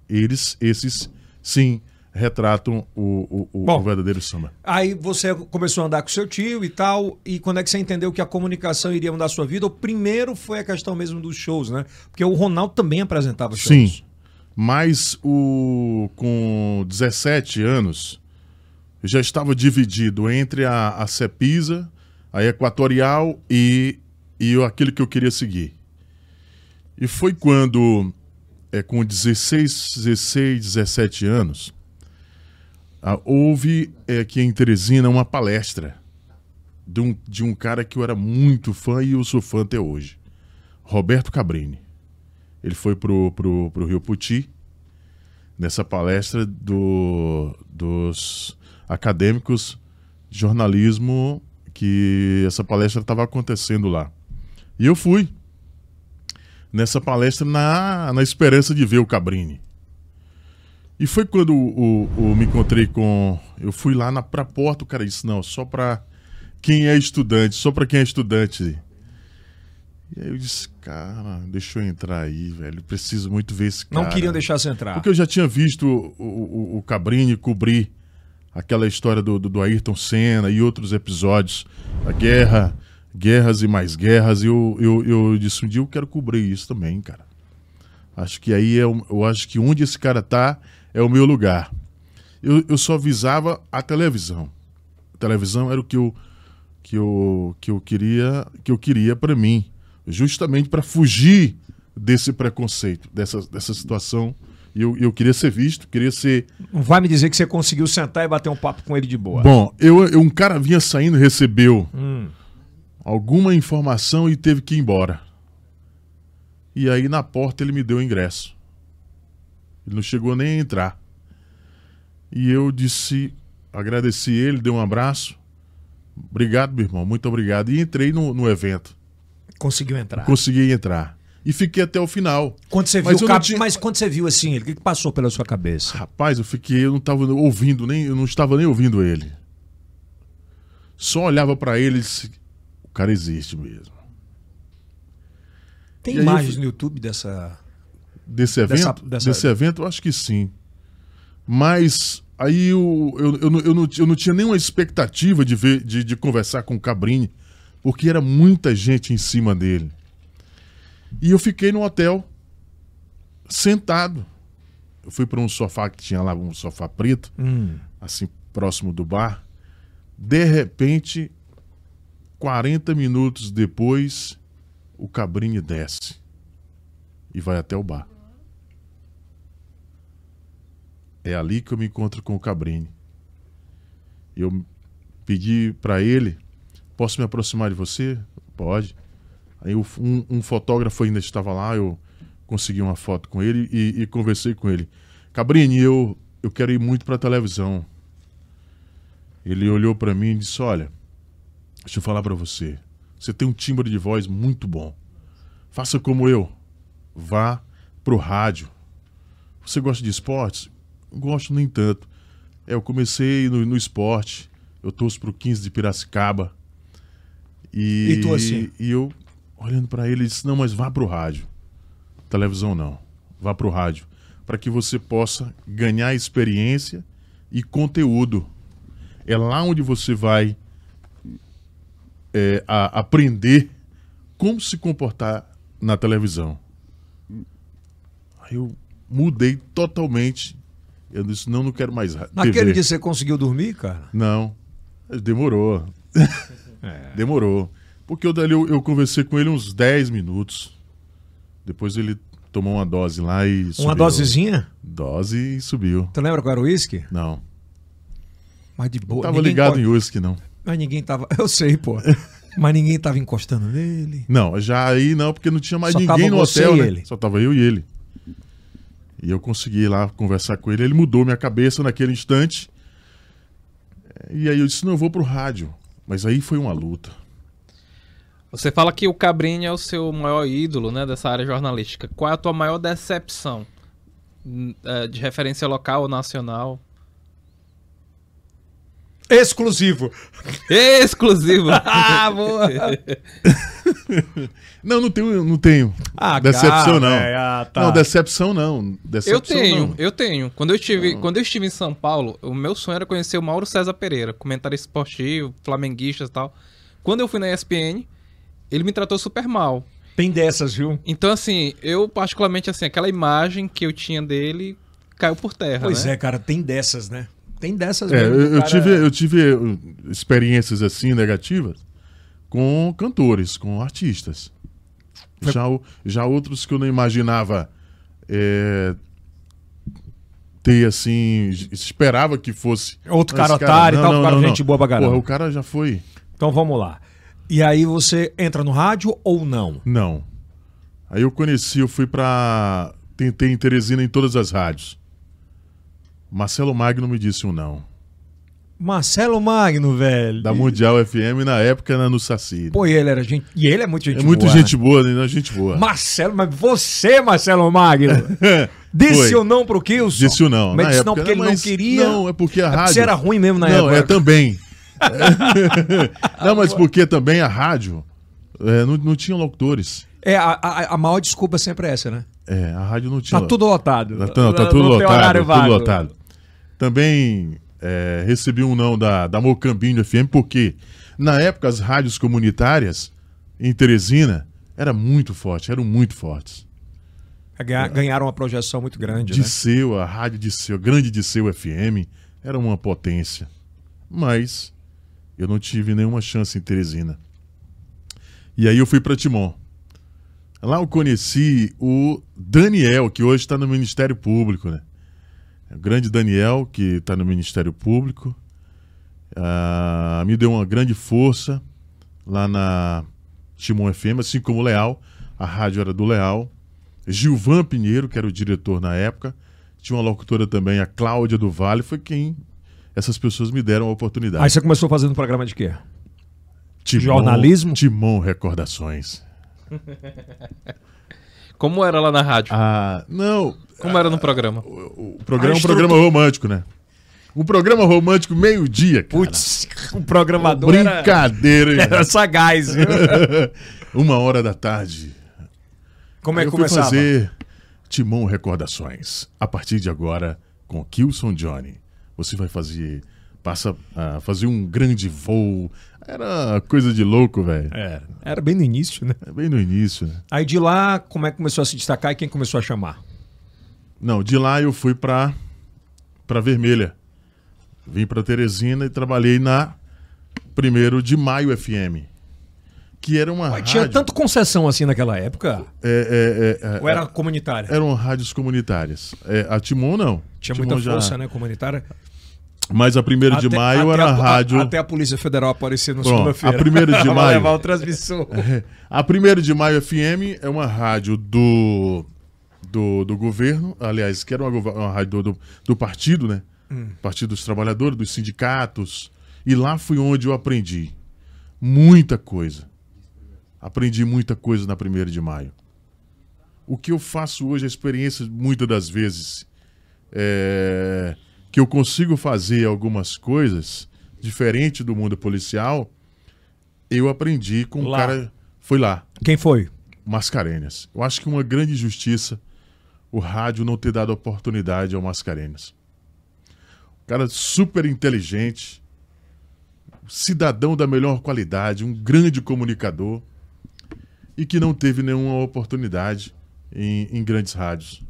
S2: Eles, esses, sim, retratam o, o- o-
S1: Bom.
S2: o verdadeiro samba.
S1: Aí você começou a andar com seu tio e tal. E quando é que você entendeu que a comunicação iria mudar a sua vida? O primeiro foi a questão mesmo dos shows, né? Porque o Ronaldo também apresentava shows.
S2: Sim. Mas o, com 17 anos, eu já estava dividido entre a, a CEPISA, a Equatorial e, e o- aquilo que eu queria seguir. E foi quando, é, com 16, 16, 17 anos, ah, houve é, aqui em Teresina uma palestra de um, de um cara que eu era muito fã e eu sou fã até hoje, Roberto Cabrini. Ele foi pro, pro, pro Rio Puti, nessa palestra do, dos acadêmicos de jornalismo, que essa palestra estava acontecendo lá. E eu fui nessa palestra na, na esperança de ver o Cabrini. E foi quando o, o, o me encontrei com. Eu fui lá na, pra porta, o cara disse: não, só pra quem é estudante, só pra quem é estudante. E aí eu disse: cara, deixa eu entrar aí, velho. Preciso muito ver esse cara.
S1: Não queriam deixar você entrar.
S2: Porque eu já tinha visto o, o, o Cabrini cobrir aquela história do, do, do Ayrton Senna e outros episódios da guerra, guerras e mais guerras. E eu, eu, eu disse: um dia eu quero cobrir isso também, cara. Acho que aí eu, eu acho que onde esse cara tá é o meu lugar. Eu, eu só visava a televisão. A televisão era o que eu que eu, que eu queria que eu queria para mim, justamente para fugir desse preconceito, dessa, dessa situação. Eu, eu queria ser visto, queria ser.
S1: Não vai me dizer que você conseguiu sentar e bater um papo com ele de boa.
S2: Bom, eu, eu um cara vinha saindo, recebeu hum. alguma informação e teve que ir embora. E aí na porta ele me deu o ingresso. Ele não chegou nem a entrar. E eu disse, agradeci ele, dei um abraço. Obrigado, meu irmão, muito obrigado. E entrei no, no evento.
S1: Conseguiu entrar?
S2: Consegui entrar. E fiquei até o final.
S1: Quando você mas viu, cap... tinha... mas quando você viu assim, o que passou pela sua cabeça?
S2: Rapaz, eu fiquei, eu não estava ouvindo nem, eu não estava nem ouvindo ele. Só olhava para ele e disse, o cara existe mesmo.
S1: Tem e imagens eu... no YouTube dessa
S2: desse evento? Dessa, dessa... Desse evento, eu acho que sim. Mas aí eu, eu, eu, eu, não, eu não tinha nenhuma expectativa de, ver, de, de, conversar com o Cabrini, porque era muita gente em cima dele. E eu fiquei no hotel, sentado. Eu fui para um sofá que tinha lá, um sofá preto, hum. assim, próximo do bar. De repente, 40 minutos depois, o Cabrini desce e vai até o bar. É ali que eu me encontro com o Cabrini. Eu pedi para ele: posso me aproximar de você? Pode. Aí eu, um, um, fotógrafo ainda estava lá, eu consegui uma foto com ele e, e conversei com ele. Cabrini, eu, eu quero ir muito para a televisão. Ele olhou para mim e disse: Olha, deixa eu falar para você. Você tem um timbre de voz muito bom. Faça como eu, vá pro rádio. Você gosta de esportes? Gosto nem tanto. É, eu comecei no, no, esporte, eu torço pro 15 de Piracicaba. E,
S1: e, assim?
S2: e eu, olhando para ele, disse: Não, mas vá pro rádio. Televisão não. Vá pro rádio. Para que você possa ganhar experiência e conteúdo. É lá onde você vai é, aprender como se comportar na televisão eu mudei totalmente. Eu disse, não, não quero mais TV.
S1: Naquele dia você conseguiu dormir, cara?
S2: Não. Demorou. É. Demorou. Porque eu, eu, eu, conversei com ele uns 10 minutos. Depois ele tomou uma dose lá e
S1: subiu. Uma dosezinha?
S2: Dose e subiu.
S1: Tu lembra qual era o uísque?
S2: Não.
S1: Mas de boa.
S2: Não tava ninguém ligado pode... em uísque, não.
S1: Mas ninguém tava. Eu sei, pô. Mas ninguém tava encostando nele.
S2: Não, já aí não, porque não tinha mais Só ninguém no hotel. Né? Ele. Só tava eu e ele. E eu consegui lá conversar com ele. Ele mudou minha cabeça naquele instante. E aí eu disse: não, eu vou pro rádio. Mas aí foi uma luta.
S3: Você fala que o Cabrini é o seu maior ídolo, né, dessa área jornalística. Qual é a tua maior decepção hum, é, de referência local ou nacional?
S1: Exclusivo.
S3: Exclusivo.
S1: ah, boa.
S2: não, não tenho, não tenho.
S1: Ah,
S2: decepção
S1: cara,
S2: não.
S1: É, ah, tá.
S2: Não, decepção não. Decepção,
S3: eu tenho,
S2: não.
S3: eu tenho. Quando eu estive,
S1: Hum.
S3: então... quando eu estive em São Paulo, o meu sonho era conhecer o Mauro César Pereira, comentarista esportivo, flamenguista e tal. Quando eu fui na ESPN, ele me tratou super mal.
S1: Tem dessas, viu?
S3: Então assim, eu particularmente assim, aquela imagem que eu tinha dele caiu por terra,
S1: Pois
S3: né?
S1: é, cara, tem dessas, né? Tem dessas
S2: é, mesmo. Eu, cara... tive, eu tive hum, experiências assim negativas com cantores, com artistas. Foi... Já, já outros que eu não imaginava é, ter assim. Esperava que fosse.
S1: Outro cara otário e tal, não, cara não, gente não. boa pra caramba.
S2: Porra, o cara já foi.
S1: Então vamos lá. E aí você entra no rádio ou não?
S2: Não. Aí eu conheci, eu fui pra. Tentei em Teresina em todas as rádios. Marcelo Magno me disse um não.
S1: Marcelo Magno, velho.
S2: Da Mundial FM na época na, no Saci. né?
S1: Pô, e ele era gente. E ele é muito gente
S2: é muito
S1: boa,
S2: gente boa, né? Não é Gente boa.
S1: né? Marcelo, mas você, Marcelo Magno, disse
S2: Foi.
S1: ou não pro Kilson?
S2: Disse o não.
S1: Mas
S2: na
S1: disse
S2: época,
S1: não porque ele
S2: mas
S1: não queria.
S2: Não, é porque a
S1: É porque
S2: rádio.
S1: você era ruim mesmo na
S2: não,
S1: época.
S2: é também. não, mas porque também a rádio é, não, não tinha locutores.
S1: É, a, a- a maior desculpa sempre é essa, né?
S2: É, a rádio não tinha.
S1: Tá tudo lotado.
S2: Tá, tá- tá
S1: Não
S2: tudo
S1: tem um
S2: lotado,
S1: horário
S2: tudo
S1: vago.
S2: lotado. Também é, recebi um não da, da Mocambinho FM, porque na época as rádios comunitárias em Teresina era muito forte, eram muito fortes.
S1: É, Ganha- Ganharam uma projeção muito grande, né?
S2: Disseu, a rádio Disseu, grande Disseu FM, era uma potência. Mas eu não tive nenhuma chance em Teresina. E aí eu fui para Timon. Lá eu conheci o Daniel, que hoje está no Ministério Público, né? O grande Daniel, que está no Ministério Público. Ah, me deu uma grande força lá na Timon FM, assim como o Leal. A rádio era do Leal. Gilvan Pinheiro, que era o diretor na época, tinha uma locutora também, a Cláudia do Vale, foi quem essas pessoas me deram a oportunidade.
S1: Aí você começou fazendo um programa de quê?
S2: Timon-
S1: jornalismo?
S2: Timon Recordações.
S3: Como era lá na rádio?
S2: Ah, não,
S3: Como era no programa?
S2: o programa é um
S1: estrutura-
S2: programa romântico, né? Um programa romântico meio-dia, cara.
S1: Putz, o programador era,
S2: Brincadeira, hein?
S1: era sagaz. viu?
S2: Uma hora da tarde.
S1: Como é que
S2: eu fui
S1: começava?
S2: fazer Timon Recordações. A partir de agora, com Kilson Johnny. Você vai fazer. Passa a fazer um grande voo. Era coisa de louco, velho.
S1: Era. Era bem no início, né?
S2: É Bem no início, né?
S1: Aí de lá, como é que começou a se destacar e quem começou a chamar?
S2: Não, de lá eu fui pra para Vermelha. Vim pra Teresina e trabalhei na primeiro de maio FM, que era uma
S1: Mas
S2: rádio.
S1: tinha tanta concessão assim naquela época?
S2: é, é, é, é,
S1: Ou era comunitária?
S2: eram rádios comunitárias. É, a Timon não.
S1: Tinha
S2: Timon
S1: muita
S2: já-
S1: força, né? Comunitária.
S2: Mas a primeiro de
S1: Até-
S2: maio
S1: até
S2: era
S1: a-
S2: rádio.
S1: a- Até a Polícia Federal aparecer no
S2: Pronto,
S1: segunda-feira.
S2: a primeiro de
S1: Vai
S2: maio. É.
S1: levar o transmissor.
S2: A 1 de maio FM é uma rádio do, do, do governo, aliás, que era uma, gova- uma rádio do, do, do partido, né?
S1: Hum.
S2: Partido dos Trabalhadores, dos sindicatos. E lá foi onde eu aprendi muita coisa. Aprendi muita coisa na 1 de maio. O que eu faço hoje, a experiência, muitas das vezes, é que eu consigo fazer algumas coisas diferente do mundo policial, eu aprendi com um
S1: Lá.
S2: cara. Foi lá.
S1: Quem foi?
S2: Mascarenhas. Eu acho que uma grande injustiça o rádio não ter dado oportunidade ao Mascarenhas. Um cara super inteligente, cidadão da melhor qualidade, um grande comunicador e que não teve nenhuma oportunidade em, em grandes rádios.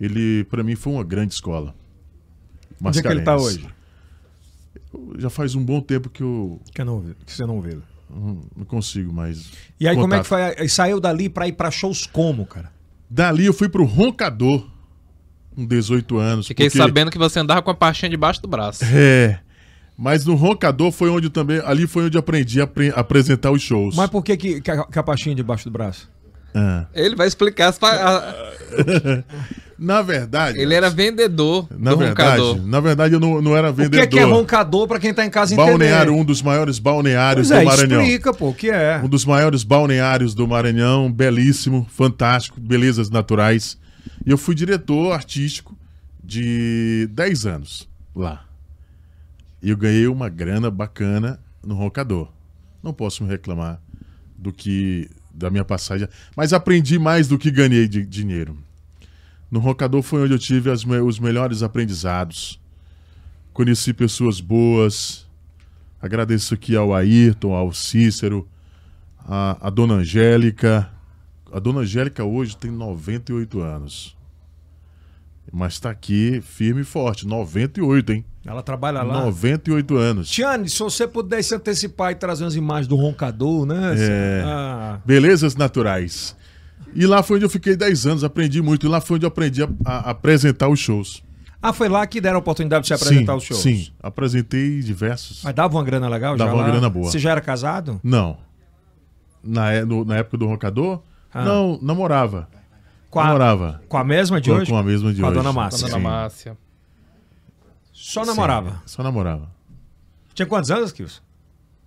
S2: Ele, para mim, foi uma grande escola.
S1: Onde é que ele tá hoje?
S2: Já faz um bom tempo que eu
S1: Que, eu não ouvi- que você não ouviu.
S2: hum, não consigo mais.
S1: E aí, como é que
S2: contato.
S1: foi? Aí Saiu dali pra ir pra shows como, cara?
S2: Dali eu fui pro Roncador, com 18 anos.
S3: Fiquei
S2: porque-
S3: sabendo que você andava com a pastinha debaixo do braço.
S2: É. Mas no Roncador foi onde também. Ali foi onde eu aprendi a apre- apresentar os shows.
S1: Mas por que, que, que a, que a pastinha debacho do braço?
S2: Ah.
S3: Ele vai explicar. as pa- a-
S2: Na verdade.
S3: Ele era vendedor
S2: na
S3: do
S2: verdade,
S3: roncador.
S2: Na verdade, eu não, não era
S1: O que é,
S2: vendedor.
S1: que é roncador pra quem tá em casa entender?
S2: Balneário, um dos maiores balneários
S1: Pois é,
S2: do Maranhão.
S1: explica, pô, o que é.
S2: Um dos maiores balneários do Maranhão, belíssimo, fantástico, belezas naturais. E eu fui diretor artístico de 10 anos lá. E eu ganhei uma grana bacana no Roncador. Não posso me reclamar do que da minha passagem, mas aprendi mais do que ganhei de dinheiro. No Roncador foi onde eu tive as me- os melhores aprendizados. Conheci pessoas boas. Agradeço aqui ao Ayrton, ao Cícero, a, a dona Angélica. A dona Angélica hoje tem 98 anos. Mas tá aqui firme e forte. 98, hein?
S1: Ela trabalha Tá lá.
S2: 98 anos.
S1: Tiane, se você pudesse antecipar e trazer umas imagens do roncador, né?
S2: É.
S1: Ah,
S2: Belezas naturais. E lá foi onde eu fiquei 10 anos, aprendi muito. E lá foi onde eu aprendi a, a apresentar os shows.
S1: Ah, foi lá que deram a oportunidade de você apresentar
S2: sim,
S1: os shows? Ah.
S2: Sim, apresentei diversos.
S1: Mas dava uma grana legal já
S2: Dava uma
S1: lá?
S2: grana boa.
S1: Você já era casado?
S2: Não. Na, é- no- na época do Roncador?
S1: Ah.
S2: Não, namorava.
S1: Com a,
S2: Namorava.
S1: com a mesma de
S2: Com-
S1: hoje?
S2: com a mesma de
S1: Com a
S2: hoje.
S1: dona
S2: Com
S1: Márcia.
S2: a
S3: Dona
S2: Sim.
S3: Márcia.
S1: Só namorava.
S2: Só namorava.
S1: Tinha quantos anos, Kilson?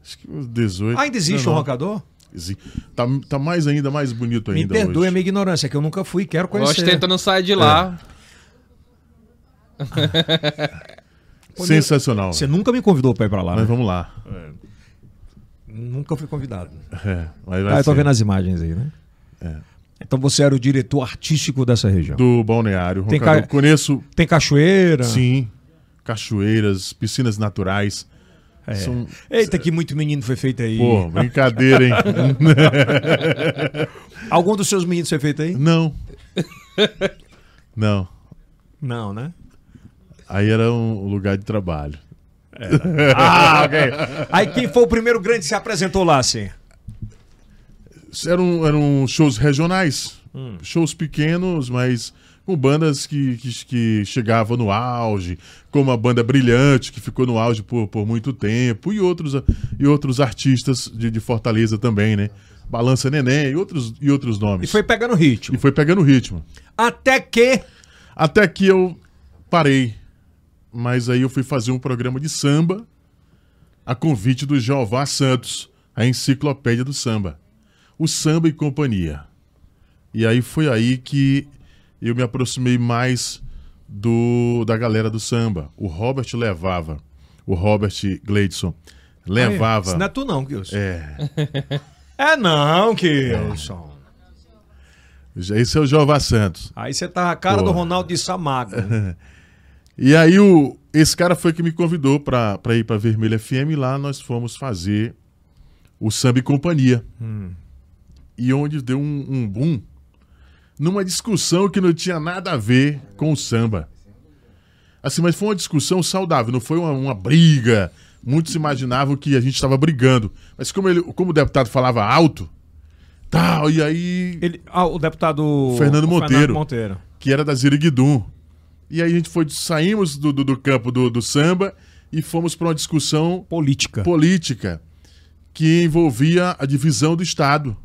S2: Acho que uns 18.
S1: Ainda existe o
S2: um
S1: roncador?
S2: Tá, tá mais ainda, mais bonito
S1: Me
S2: ainda
S1: perdoe é a
S2: hoje.
S1: minha ignorância, que eu nunca fui, quero
S3: O
S1: conhecer.
S3: Ostenta não sai de lá.
S2: É. Sensacional.
S1: Você nunca me convidou pra ir pra lá.
S2: Mas
S1: né?
S2: vamos lá.
S1: Nunca fui convidado.
S2: É, mas vai
S1: Ah, eu tô
S2: ser. É.
S1: vendo as imagens aí, né? Então você era o diretor artístico dessa região.
S2: Do balneário.
S1: Tem
S2: Roncador.
S1: ca- Ah.
S2: Conheço,
S1: Tem cachoeira.
S2: sim, cachoeiras, piscinas naturais.
S1: É.
S2: São...
S1: Eita, que muito menino foi feito aí.
S2: Pô, brincadeira, hein?
S1: Algum dos seus meninos foi feito aí?
S2: Não. Não.
S1: Não, né?
S2: Aí era um lugar de trabalho.
S1: Ah, ok. Aí quem foi o primeiro grande que se apresentou lá, assim?
S2: Eram, eram shows regionais.
S1: Hum.
S2: Shows pequenos, mas com bandas que, que, que chegavam no auge, como a banda Brilhante, que ficou no auge por, por muito tempo, e outros, e outros artistas de, de Fortaleza também, né? Balança Neném e outros, e outros
S1: E
S2: nomes.
S1: foi pegando
S2: e
S1: ritmo.
S2: foi pegando ritmo.
S1: Até que.
S2: Até que eu parei. Mas aí eu fui fazer um programa de samba a convite do Jeová Santos, a enciclopédia do samba. O Samba e Companhia. E aí foi aí que eu me aproximei mais do da galera do samba. O Robert levava. O Robert Gleidson levava.
S1: Isso não é tu, não, Kilson.
S2: É.
S1: É, não, Kilson.
S2: Esse é o Jeová Santos.
S1: Aí você tá a cara
S2: Pô.
S1: do Ronaldo de Samago.
S2: E aí o, esse cara foi que me convidou pra pra ir pra Vermelha FM e lá nós fomos fazer o Samba e Companhia. E onde deu um, um boom numa discussão que não tinha nada a ver com o samba. Assim, mas foi uma discussão saudável, não foi uma, uma briga. Muitos imaginavam que a gente estava brigando. Mas como, ele, como o deputado falava alto, tal, e aí
S1: Ele, ah, o deputado.
S2: Fernando
S1: o
S2: Monteiro.
S1: Monteiro.
S2: que era da Ziriguidum. E aí a gente foi, saímos do, do, do campo do, do samba e fomos para uma discussão
S1: Política.
S2: política que envolvia a divisão do Estado.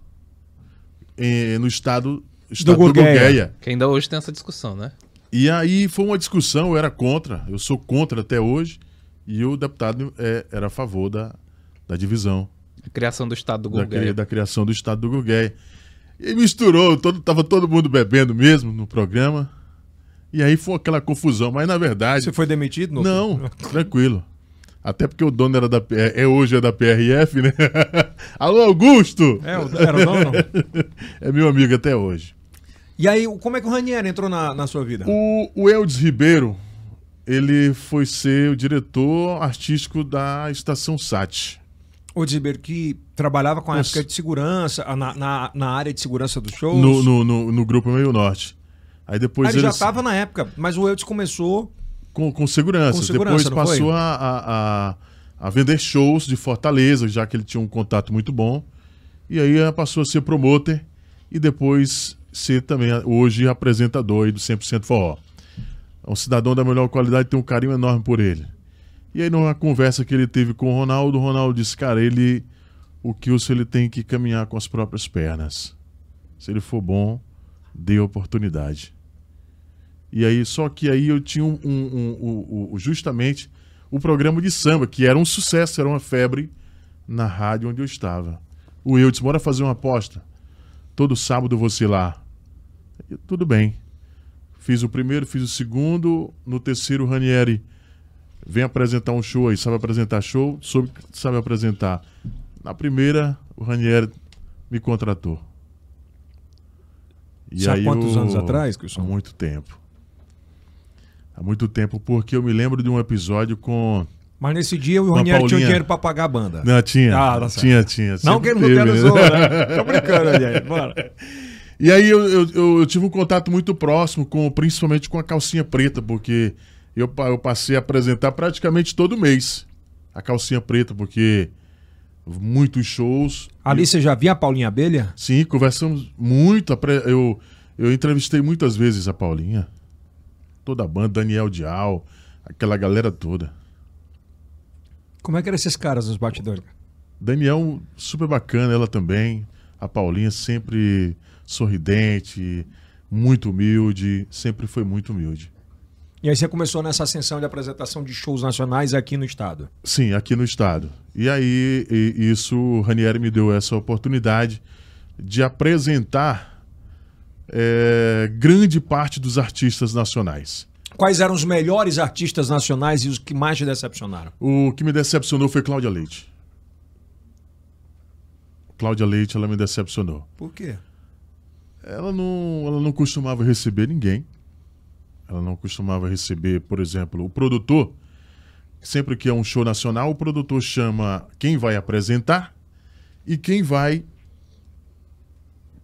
S2: Eh, no Estado, estado do
S1: Gurgueia.
S2: Gurgueia.
S3: Que ainda hoje tem essa discussão, né?
S2: E aí foi uma discussão, eu era contra, eu sou contra até hoje, e o deputado eh, era a favor da, da divisão
S3: A criação do Estado do
S2: da, cri-
S3: Gurgueia.
S2: da criação do Estado do Gurgueia. E misturou, todo, tava todo mundo bebendo mesmo no programa. E aí foi aquela confusão, mas na verdade.
S1: Você foi demitido? Nuco?
S2: Não, tranquilo. Até porque o dono era da P- é é hoje é da PRF, né? Alô Augusto.
S1: É, o- era o dono?
S2: É meu amigo até hoje.
S1: E aí, o- como é que o Ranieri entrou na, na sua vida?
S2: O, o Eudes Ribeiro, ele foi ser o diretor artístico da Estação Sat.
S1: O Diziber, que trabalhava com a
S2: Nossa.
S1: época de segurança, ah, na, na, na área de segurança dos shows.
S2: No, no, no, no grupo Meio Norte. Aí depois
S1: Ah, ele já
S2: eles-
S1: estava na época, mas o Eudes começou.
S2: Com, com segurança.
S1: Com segurança,
S2: Depois
S1: não foi?
S2: passou a, a, a- a vender shows de Fortaleza, já que ele tinha um contato muito bom. E aí eh, passou a ser promoter e depois ser também, eh, hoje, apresentador aí do 100% Forró. É um cidadão da melhor qualidade, tem um carinho enorme por ele. E aí, numa conversa que ele teve com o Ronaldo, o Ronaldo disse: Cara, ele, o Kilson, ele tem que caminhar com as próprias pernas. Se ele for bom, dê oportunidade. E aí, só que aí eu tinha um, um- um- um- um- justamente o programa de samba, que era um sucesso, era uma febre na rádio onde eu estava. O eu disse, bora fazer uma aposta. Todo sábado eu vou ser lá. Eu, Tudo bem. Fiz o primeiro, fiz o segundo. No terceiro, o Ranieri vem apresentar um show aí. Sabe apresentar show? Soube, que sabe apresentar. Na primeira, o Ranieri me contratou. E
S1: Sabe quantos
S2: eu-
S1: anos atrás,
S2: Há
S1: Wilson?
S2: muito tempo. Há muito tempo, porque eu me lembro de um episódio com.
S1: Mas nesse dia o
S2: a
S1: Ranieri tinha
S2: Paulinha.
S1: dinheiro pra pagar a banda.
S2: Não, tinha.
S1: Ah, tá certo.
S2: tinha, tinha.
S1: Não
S2: Sempre
S1: que ele
S2: teve,
S1: não
S2: né?
S1: usou, né? Tô brincando, Ranieri. Bora.
S2: E aí eu, eu- eu- eu tive um contato muito próximo, com, principalmente com a calcinha preta, porque eu, pa- eu passei a apresentar praticamente todo mês a calcinha preta, porque muitos shows.
S1: Ali você já via a Paulinha Abelha?
S2: Sim, conversamos muito. apre- Eu, eu entrevistei muitas vezes a Paulinha, toda a banda, Daniel Dial, aquela galera toda.
S1: Como é que eram esses caras nos bastidores?
S2: Daniel, super bacana, ela também. A Paulinha sempre sorridente, muito humilde, sempre foi muito humilde.
S1: E aí você começou nessa ascensão de apresentação de shows nacionais aqui no estado.
S2: Sim, aqui no estado. E aí, e- isso, o Ranieri me deu essa oportunidade de apresentar eh, grande parte dos artistas nacionais.
S1: Quais eram os melhores artistas nacionais e os que mais te decepcionaram?
S2: O que me decepcionou foi Cláudia Leite. Cláudia Leite, ela me decepcionou.
S1: Por quê?
S2: Ela não, ela não costumava receber ninguém. Ela não costumava receber, por exemplo, o produtor. Sempre que é um show nacional, o produtor chama quem vai apresentar e quem vai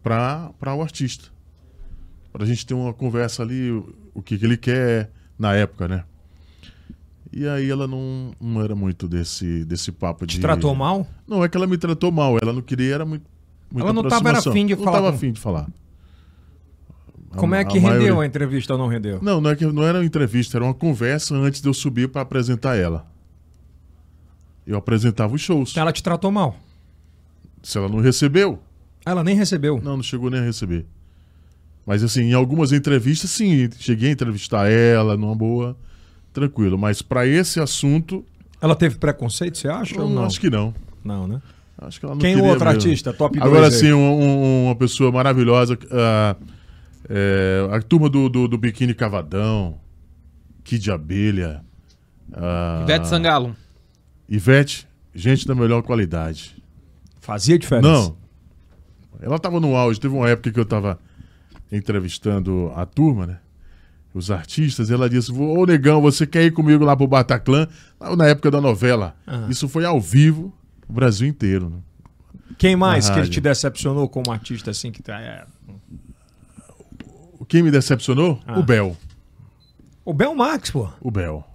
S2: para o artista. Para a gente ter uma conversa ali, o, o que, que ele quer na época, né? E aí ela não, não era muito desse, desse papo de.
S1: Te tratou mal?
S2: Não, é que ela me tratou mal. Ela não queria, era muito. muita
S1: Ela não tava, era
S2: aproximação.
S1: afim de
S2: não
S1: falar
S2: Não
S1: com-
S2: estava afim de falar. A-
S1: Como é que
S2: a
S1: rendeu
S2: maioria-
S1: a entrevista ou não rendeu?
S2: Não, não, é que, não era uma entrevista, era uma conversa antes de eu subir para apresentar ela. Eu apresentava os shows.
S1: Ela te tratou mal.
S2: Se ela não recebeu,
S1: Ela nem recebeu.
S2: não, não chegou nem a receber. Mas assim, em algumas entrevistas, sim, cheguei a entrevistar ela numa boa, tranquilo. Mas para esse assunto,
S1: Ela teve preconceito, você acha?
S2: eu
S1: ou não?
S2: acho que não.
S1: Não, né?
S2: Acho que ela não
S1: Quem o
S2: queria
S1: outro
S2: mesmo.
S1: artista? Top 2
S2: Agora
S1: aí.
S2: sim, um- um- uma pessoa maravilhosa. ah, é, a turma do, do, do Biquíni Cavadão, Kid Abelha. ah,
S3: Ivete Sangalo.
S2: Ivete, gente da melhor qualidade.
S1: Fazia diferença.
S2: Não. Ela tava no auge. Teve uma época que eu tava entrevistando a turma, né? Os artistas, e ela disse: "Vô, Ô negão, você quer ir comigo lá pro Bataclan? Lá Na época da novela.
S1: Ah.
S2: Isso foi ao vivo, o Brasil inteiro. Né?
S1: Quem mais
S2: Na
S1: que
S2: rádio.
S1: te decepcionou como artista assim que tá. é.
S2: Quem me decepcionou?
S1: Ah.
S2: O Bel.
S1: O Bel Max, pô.
S2: O Bel. É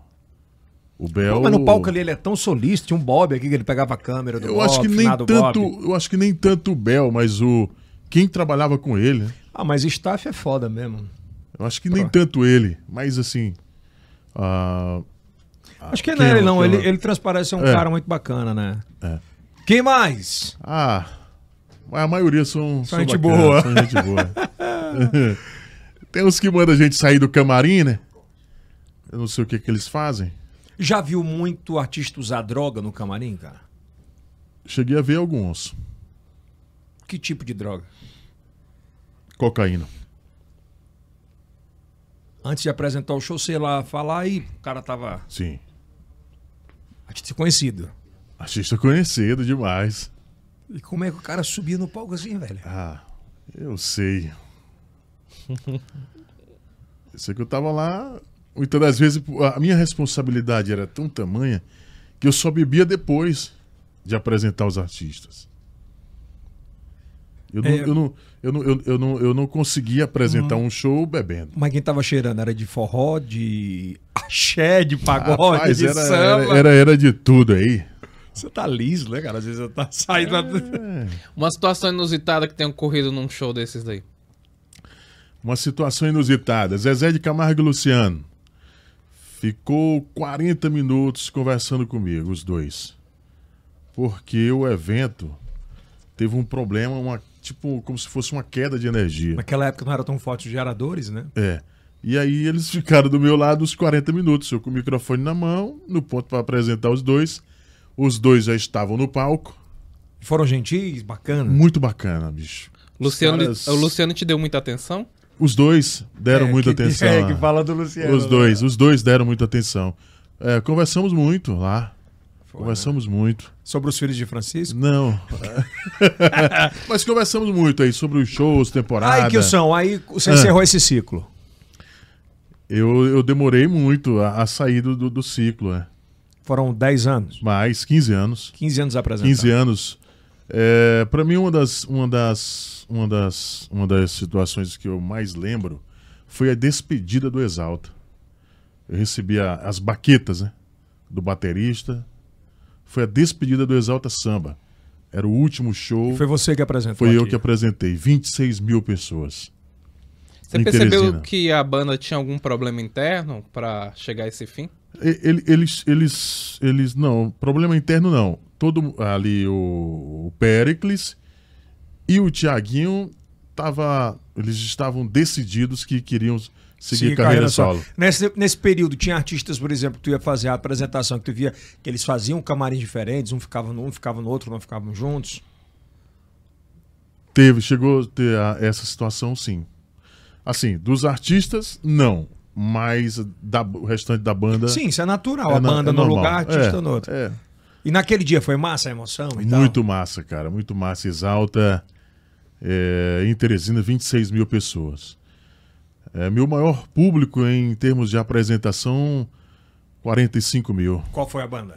S2: O Bel.
S1: Não, mas no palco ali ele é tão solista, tinha um Bob aqui que ele pegava a câmera do
S2: Eu
S1: Bob,
S2: acho que nem
S1: finado
S2: tanto.
S1: Bob.
S2: Eu acho que nem tanto o Bel, mas o. Quem trabalhava com ele, né?
S1: Ah, mas staff é foda mesmo.
S2: Eu acho que nem
S1: Pronto.
S2: tanto ele, mas assim. ah,
S1: Acho que não
S2: quem
S1: é
S2: é
S1: ele, não.
S2: aquela-
S1: Ele, ele transparece ser um
S2: É.
S1: cara muito bacana, né?
S2: É.
S1: Quem mais?
S2: Ah, mas a maioria são, são
S1: gente
S2: bacanas,
S1: boa.
S2: São gente boa. Tem uns que mandam a gente sair do camarim, né? Eu não sei o que, que eles fazem.
S1: Já viu muito artista usar droga no camarim, cara?
S2: Cheguei a ver alguns.
S1: Que tipo de droga?
S2: Cocaína.
S1: Antes de apresentar o show, sei lá, falar aí, o cara tava
S2: Sim.
S1: artista conhecido.
S2: Artista conhecido demais.
S1: E como é que o cara subia no palco assim, velho?
S2: Ah, eu sei. Eu sei que eu tava lá. Muitas das vezes a minha responsabilidade era tão tamanha que eu só bebia depois de apresentar os artistas. Eu não,
S1: É. Hum.
S2: eu não, eu não, eu, eu não, eu não conseguia apresentar um show bebendo.
S1: Mas quem tava cheirando era de forró, de axé, de pagode,
S2: Rapaz,
S1: de
S2: era,
S1: samba.
S2: era, era, era de tudo aí.
S1: Você tá liso, né, cara? Às vezes você tá saindo...
S3: Uma situação inusitada que tenha ocorrido num show desses daí.
S2: Uma situação inusitada. Zezé de Camargo e Luciano. Ficou 40 minutos conversando comigo, os dois. Porque o evento teve um problema, uma, tipo, como se fosse uma queda de energia.
S1: Naquela época não era tão forte os geradores, né?
S2: É. E aí eles ficaram do meu lado os 40 minutos. Eu com o microfone na mão, no ponto para apresentar os dois. Os dois já estavam no palco.
S1: Foram gentis, bacana.
S2: Muito bacana, bicho. Os
S3: Luciano,
S2: caras-
S3: O Luciano te deu muita atenção?
S2: Os dois deram
S1: É,
S2: muita
S1: que-
S2: atenção.
S1: É,
S2: lá.
S1: que fala do Luciano.
S2: Os
S1: né?
S2: dois, os dois deram muita atenção. É, conversamos muito lá.
S1: Foi,
S2: conversamos muito.
S1: né? Sobre os filhos de Francisco.
S2: Não. Mas conversamos muito aí sobre os shows, temporada.
S1: Aí, Kilson, aí você
S2: Ah.
S1: encerrou esse ciclo.
S2: eu, eu demorei muito a, a sair do, do, do ciclo, né?
S1: Foram 10 anos.
S2: Mais 15 anos.
S1: 15 anos apresentado.
S2: 15 anos. É, para mim, uma das, uma, das, uma, das, uma das situações que eu mais lembro foi a despedida do Exalta. Eu recebi a- as baquetas né, do baterista. Foi a despedida do Exalta Samba. Era o último show.
S1: Foi
S2: Foi,
S1: você que apresentou.
S2: eu
S1: aqui.
S2: que apresentei. 26 mil pessoas.
S3: Você
S2: Em
S3: percebeu
S2: Teresina.
S3: que a banda tinha algum problema interno pra chegar a esse fim?
S2: E- ele- Eles, eles, eles, não, problema interno não. Todo mu- ali o, o Pericles e o Tiaguinho tava, eles estavam decididos que queriam seguir carreira solo.
S1: Nesse, nesse período, tinha artistas, por exemplo, que tu ia fazer a apresentação, que tu via que eles faziam camarins diferentes, um ficava num, um ficava no outro, não ficavam juntos.
S2: Teve, chegou a ter a- essa situação, sim. Assim, dos artistas, não. Mas da- o restante da banda.
S1: Sim, isso é natural.
S2: é
S1: a
S2: na-
S1: banda
S2: é
S1: num
S2: normal.
S1: lugar, artista
S2: É,
S1: no outro.
S2: É.
S1: E naquele dia foi massa a emoção e tal?
S2: Muito massa, cara. Muito massa. Exalta. É, em Teresina, 26 mil pessoas. É, meu maior público em termos de apresentação, 45 mil.
S1: Qual foi a banda?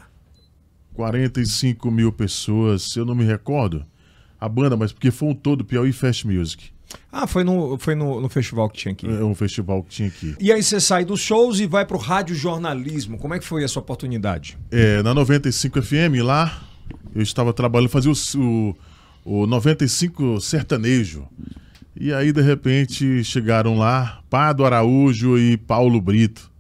S2: 45 mil pessoas, se eu não me recordo. A banda, mas porque foi um todo Piauí Fest Music.
S1: Ah, foi no, foi no, no festival que tinha aqui.
S2: É um festival que tinha aqui.
S1: E aí você sai dos shows e vai pro radiojornalismo. Como é que foi essa oportunidade?
S2: É, na 95 FM, lá, eu estava trabalhando, fazia o, o, o 95 Sertanejo. E aí, de repente, chegaram lá Pado Araújo e Paulo Brito.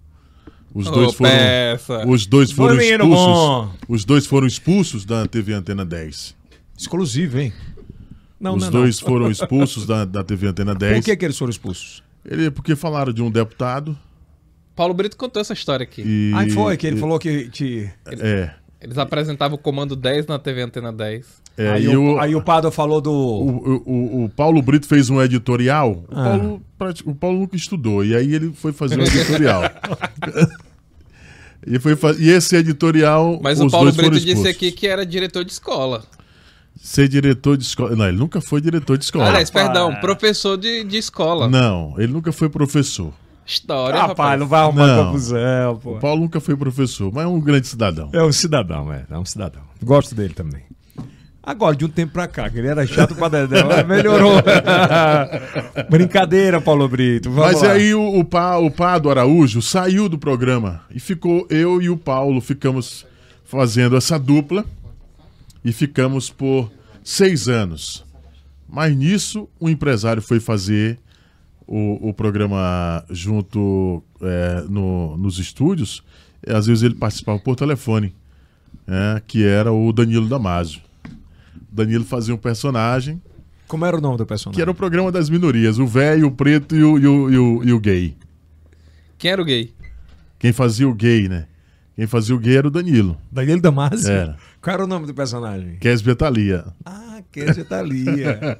S2: Os
S3: Ô,
S2: dois foram.
S3: peça.
S2: Os dois foram
S1: menino
S2: expulsos.
S1: bom.
S2: Os dois foram expulsos da TV Antena 10.
S1: Exclusivo, hein? Não,
S2: os
S1: não,
S2: dois
S1: não.
S2: foram expulsos da, da TV Antena 10.
S1: Por que, que eles foram expulsos?
S2: Ele, porque falaram de um deputado
S3: Paulo Brito contou essa história aqui.
S2: e.
S1: Aí foi que ele falou que. que-
S2: É.
S3: Eles apresentavam o Comando 10 na TV Antena 10.
S2: é,
S1: aí,
S2: e
S1: o,
S2: eu-
S1: aí o Pado falou do.
S2: O, o- o Paulo Brito fez um editorial. O, Paulo, prati- o Paulo nunca estudou. E aí ele foi fazer um editorial. e, foi fa- e esse editorial.
S3: Mas
S2: os
S3: o Paulo
S2: dois foram
S3: Brito disse
S2: expulsos.
S3: aqui que era diretor de escola.
S2: Ser diretor de escola. Não, ele nunca foi diretor de escola.
S3: Aliás, perdão, professor de, de escola.
S2: não, ele nunca foi professor.
S3: História,
S1: Ah, pá,
S3: rapaz.
S1: não vai arrumar
S2: Não.
S1: confusão,
S2: O
S1: pô.
S2: Paulo nunca foi professor, mas é um grande cidadão.
S1: É um cidadão, é. É um cidadão. Gosto dele também. Agora, de um tempo pra cá, que ele era chato pra dedão, mas melhorou. Brincadeira, Paulo Brito. Vamos
S2: Mas
S1: lá.
S2: aí o, o, pá, o Pado Araújo saiu do programa e ficou eu e o Paulo ficamos fazendo essa dupla e ficamos por seis anos. Mas nisso o empresário foi fazer o, o programa junto é, no- nos estúdios. E às vezes ele participava por telefone, né, que era o Danilo Damasio. Danilo fazia um personagem
S1: Como era o nome do
S2: que
S1: personagem?
S2: era o programa das minorias, o velho, o preto e o- e o- e o- e o gay.
S3: Quem era o gay?
S2: Quem fazia o gay, né? Quem fazia o gay era o Danilo.
S1: Danilo Damasio?
S2: Era.
S1: Qual era o nome do personagem?
S2: Kesby Atalia.
S1: Ah, Kézia Thalia.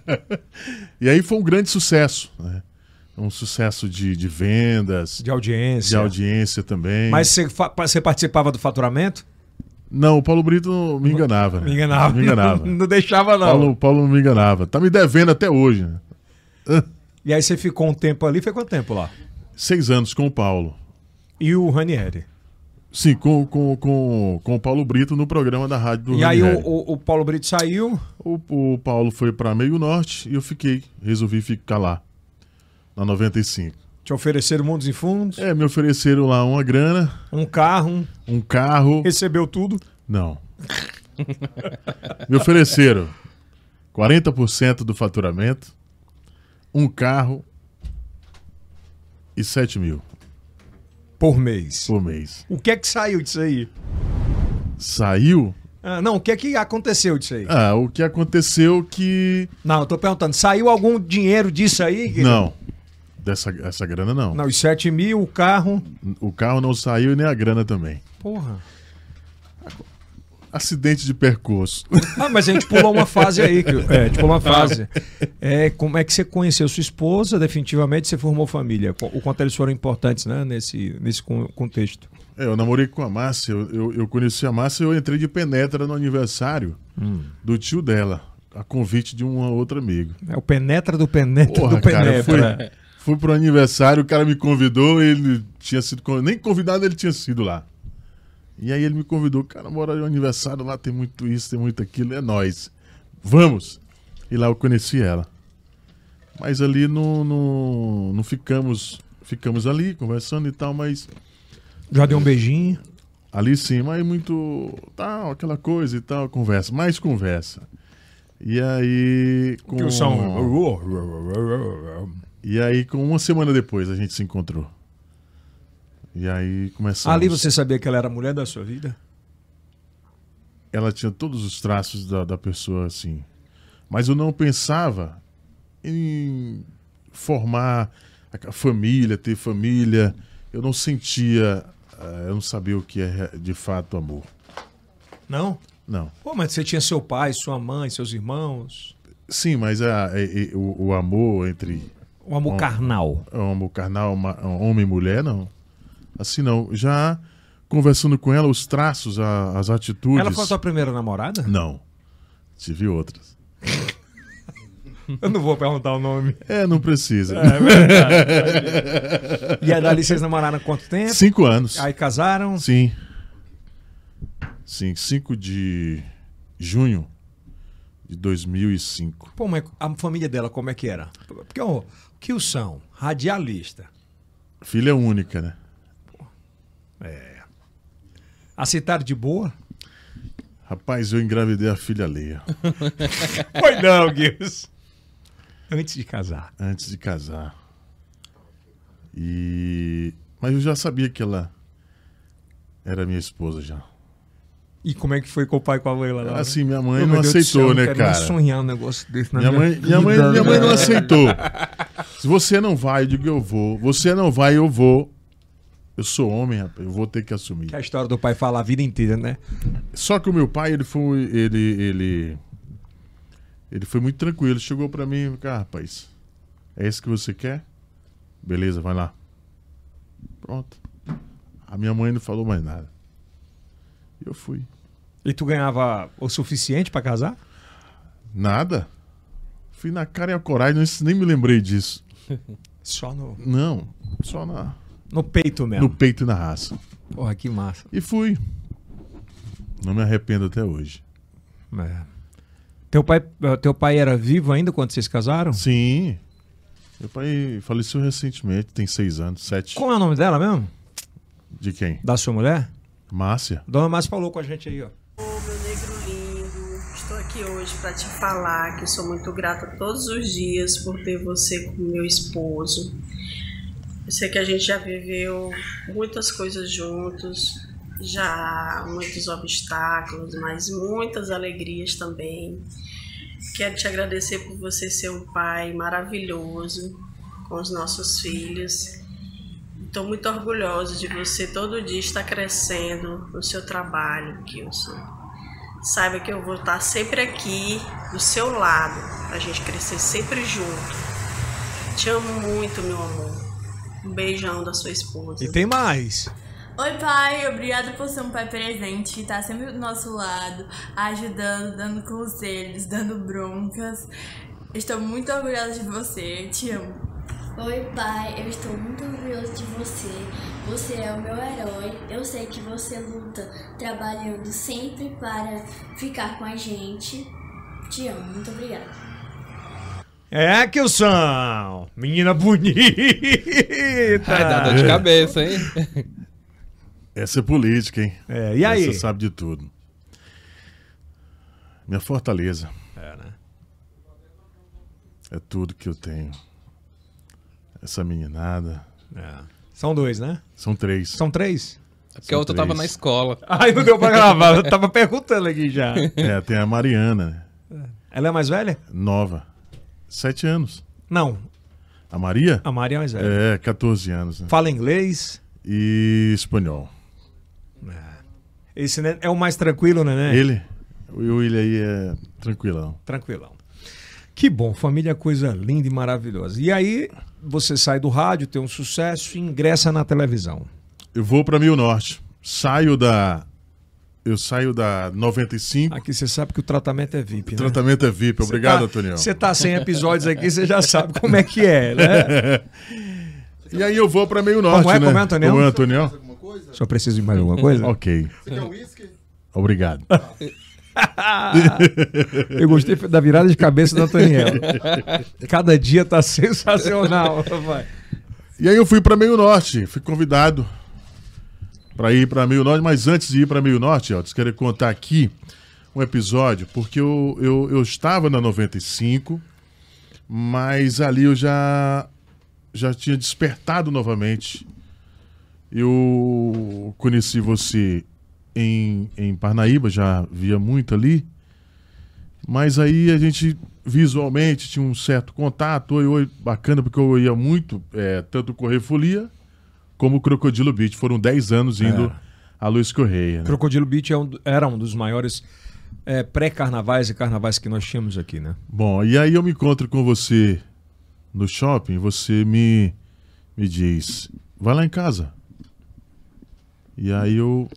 S2: E aí foi um grande sucesso, né? Um sucesso de, de vendas,
S1: De audiência.
S2: de audiência também.
S1: Mas você, fa- você participava do faturamento?
S2: Não, o Paulo Brito me enganava. né?
S1: Me enganava.
S2: Me enganava.
S1: Não, deixava, não.
S2: Paulo, Paulo me enganava. Tá me devendo até hoje, né?
S1: E aí você ficou um tempo ali, foi quanto tempo lá?
S2: Seis anos com o Paulo.
S1: E o Ranieri.
S2: Sim, com, com, com, com o Paulo Brito no programa da rádio do
S1: E aí o,
S2: Ranieri.
S1: o- o Paulo Brito saiu.
S2: O, o Paulo foi pra Meio Norte e eu fiquei. Resolvi ficar lá, na 95.
S1: Te ofereceram mundos e fundos,
S2: É, me ofereceram lá uma grana,
S1: um carro, um-
S2: um carro.
S1: recebeu tudo.
S2: Não. Me ofereceram 40% do faturamento, um carro e 7 mil
S1: Por mês.
S2: por mês.
S1: O que é que saiu disso aí?
S2: Saiu?
S1: Ah, não, o que é que aconteceu disso aí?
S2: Ah, o que aconteceu que.
S1: Não, eu tô perguntando, saiu algum dinheiro disso aí? Guilherme?
S2: Não. Dessa essa grana não.
S1: Não, os 7 mil, o carro.
S2: O carro não saiu e nem a grana também.
S1: Porra.
S2: Acidente de percurso.
S1: Ah, mas a gente pulou uma fase aí. que- É, a gente pulou uma
S2: Tá.
S1: fase. É, como é que você conheceu sua esposa? Definitivamente você formou família. Co- O quanto eles foram importantes, né? Nesse, nesse con- contexto.
S2: É, eu namorei com a Márcia, eu, eu, eu conheci a Márcia e eu entrei de penetra no aniversário do tio dela, a convite de um outro amigo.
S1: É o penetra do penetra
S2: Porra,
S1: do penetra.
S2: cara, eu fui, fui pro aniversário, o cara me convidou, ele tinha sido. con- Nem convidado ele tinha sido lá. E aí ele me convidou, cara, bora no aniversário lá, tem muito isso, tem muito aquilo, é nós. Vamos! E lá eu conheci ela. Mas ali não, não, não ficamos. Ficamos ali conversando e tal, mas
S1: Já deu um beijinho.
S2: Ali sim, mas muito tal, aquela coisa e tal, conversa, mais conversa. E aí com E aí com uma semana depois a gente se encontrou. E aí começamos.
S1: Ali você sabia que ela era a mulher da sua vida?
S2: ela tinha todos os traços da, da pessoa assim. Mas eu não pensava em formar a família, ter família. Eu não sentia, ah, eu não sabia o que é re- de fato amor.
S1: Não?
S2: Não.
S1: Pô, mas você tinha seu pai, sua mãe, seus irmãos.
S2: Sim, mas a, e- e- o, o amor entre
S1: O amor carnal.
S2: amor carnal, ma- homem e mulher, não. Assim não. Já conversando com ela, os traços, a- as atitudes.
S1: Ela foi a sua primeira namorada?
S2: Não. Tive outras.
S1: Eu não vou perguntar o nome.
S2: É, não precisa.
S1: E aí, dali, vocês namoraram há quanto tempo?
S2: Cinco anos.
S1: Aí casaram?
S2: Sim. Sim, 5 de junho de 2005.
S1: Pô, mas a família dela como é que era? Porque o que o são? Radialista.
S2: Filha única, né?
S1: Aceitaram de boa?
S2: Rapaz, eu engravidei a filha alheia
S1: Foi não, Guilherme. Antes de casar.
S2: antes de casar. E mas eu já sabia que ela era minha esposa já.
S1: E como é que foi com o pai e com a mãe lá? lá?
S2: Assim, minha
S1: Ô, meu
S2: mãe não
S1: Deus do
S2: aceitou,
S1: céu,
S2: né,
S1: eu quero nem
S2: cara?
S1: sonhar um negócio desse na né?
S2: Minha mãe, minha mãe, minha mãe não aceitou. Se você não vai, eu digo eu vou. Você não vai, eu vou. Eu sou homem, rapaz, eu vou ter que assumir.
S1: Que a história do pai fala a vida inteira, né?
S2: Só que o meu pai, ele foi. Ele. Ele, ele foi muito tranquilo. Chegou pra mim e falou: ah, rapaz, é isso que você quer? Beleza, vai lá. Pronto. A minha mãe não falou mais nada. E Eu fui.
S1: E tu ganhava o suficiente pra casar?
S2: Nada? Fui na cara e a coragem, não- nem me lembrei disso.
S1: Só no,
S2: Não, só na,
S1: no peito mesmo.
S2: no peito e na raça.
S1: Porra, que massa.
S2: E fui. Não me arrependo até hoje.
S1: É. Teu, pai, eh, teu pai era vivo ainda quando vocês casaram?
S2: Sim. Meu pai faleceu recentemente, tem seis anos, sete.
S1: Como é o nome dela mesmo?
S2: De quem?
S1: Da sua mulher?
S2: Márcia?
S1: Dona Márcia falou com a gente aí, ó.
S4: Ô, meu negro lindo, estou aqui hoje para te falar que eu sou muito grata todos os dias por ter você como meu esposo. Eu sei que a gente já viveu muitas coisas juntos, já muitos obstáculos, mas muitas alegrias também. Quero te agradecer por você ser um pai maravilhoso com os nossos filhos. Estou muito orgulhosa de você todo dia estar crescendo no seu trabalho, Kilson. Saiba que eu vou estar sempre aqui do seu lado, para a gente crescer sempre junto. Te amo muito, meu amor. Um beijão da sua esposa.
S1: E tem mais.
S5: Oi, pai, obrigado por ser um pai presente que tá sempre do nosso lado, ajudando, dando conselhos, dando broncas. Estou muito orgulhosa de você, te amo.
S6: Oi, pai, eu estou muito orgulhoso de você. Você é o meu herói. Eu sei que você luta trabalhando sempre para ficar com a gente. Te amo, muito obrigada.
S1: É, Kilson! Menina bonita!
S3: Ai, É, dá dor de cabeça, hein?
S2: Essa é política, hein?
S1: É, e aí?
S2: Essa sabe de tudo. Minha fortaleza.
S1: É, né?
S2: É tudo que eu tenho. Essa meninada.
S1: É. São dois, né?
S2: São três.
S1: São três?
S3: É Porque a outra tava
S2: três.
S3: na escola.
S1: Ai, não deu pra gravar. Eu tava perguntando aqui já.
S2: É, tem a Mariana, né?
S1: Ela é mais velha?
S2: nova. Sete anos.
S1: Não.
S2: A Maria?
S1: A Maria é mais velha.
S2: É, 14 anos. Né?
S1: Fala inglês.
S2: E espanhol.
S1: Esse né, é o mais tranquilo, né? né?
S2: Ele? O ele aí é tranquilão.
S1: Tranquilão. Que bom, família é coisa linda e maravilhosa. E aí, você sai do rádio, tem um sucesso e ingressa na televisão.
S2: Eu vou pra Mil Norte. Saio da. Eu saio da 95.
S1: Aqui você sabe que o tratamento é VIP, né?
S2: Tratamento é VIP. Obrigado, Antônio.
S1: Você tá sem episódios aqui, você já sabe como é que é, né?
S2: E aí eu vou pra meio norte,
S1: Como é,
S2: né?
S1: como é, Antonião?
S2: Como é, Antonião?
S1: Só preciso de mais alguma coisa?
S2: Ok. Obrigado.
S1: Eu gostei da virada de cabeça da Antoniela. Cada dia tá sensacional. Vai.
S2: E aí eu fui pra meio norte, fui convidado pra ir pra meio norte, mas antes de ir pra meio norte, Elton, quero contar aqui um episódio, porque eu, eu, eu estava na 95, mas ali eu já, já tinha despertado novamente. Eu conheci você em, em Parnaíba, já via muito ali, Mas aí a gente visualmente tinha um certo contato, oi, oi, bacana, porque eu ia muito, é, tanto o Correio Folia como o Crocodilo Beach. Foram 10 anos indo a Luiz Correia. né?
S1: Crocodilo Beach é um do- era um dos maiores é, pré-carnavais e carnavais que nós tínhamos aqui, né?
S2: Bom, e aí eu me encontro com você no shopping, você me, me diz, vai lá em casa. E aí eu,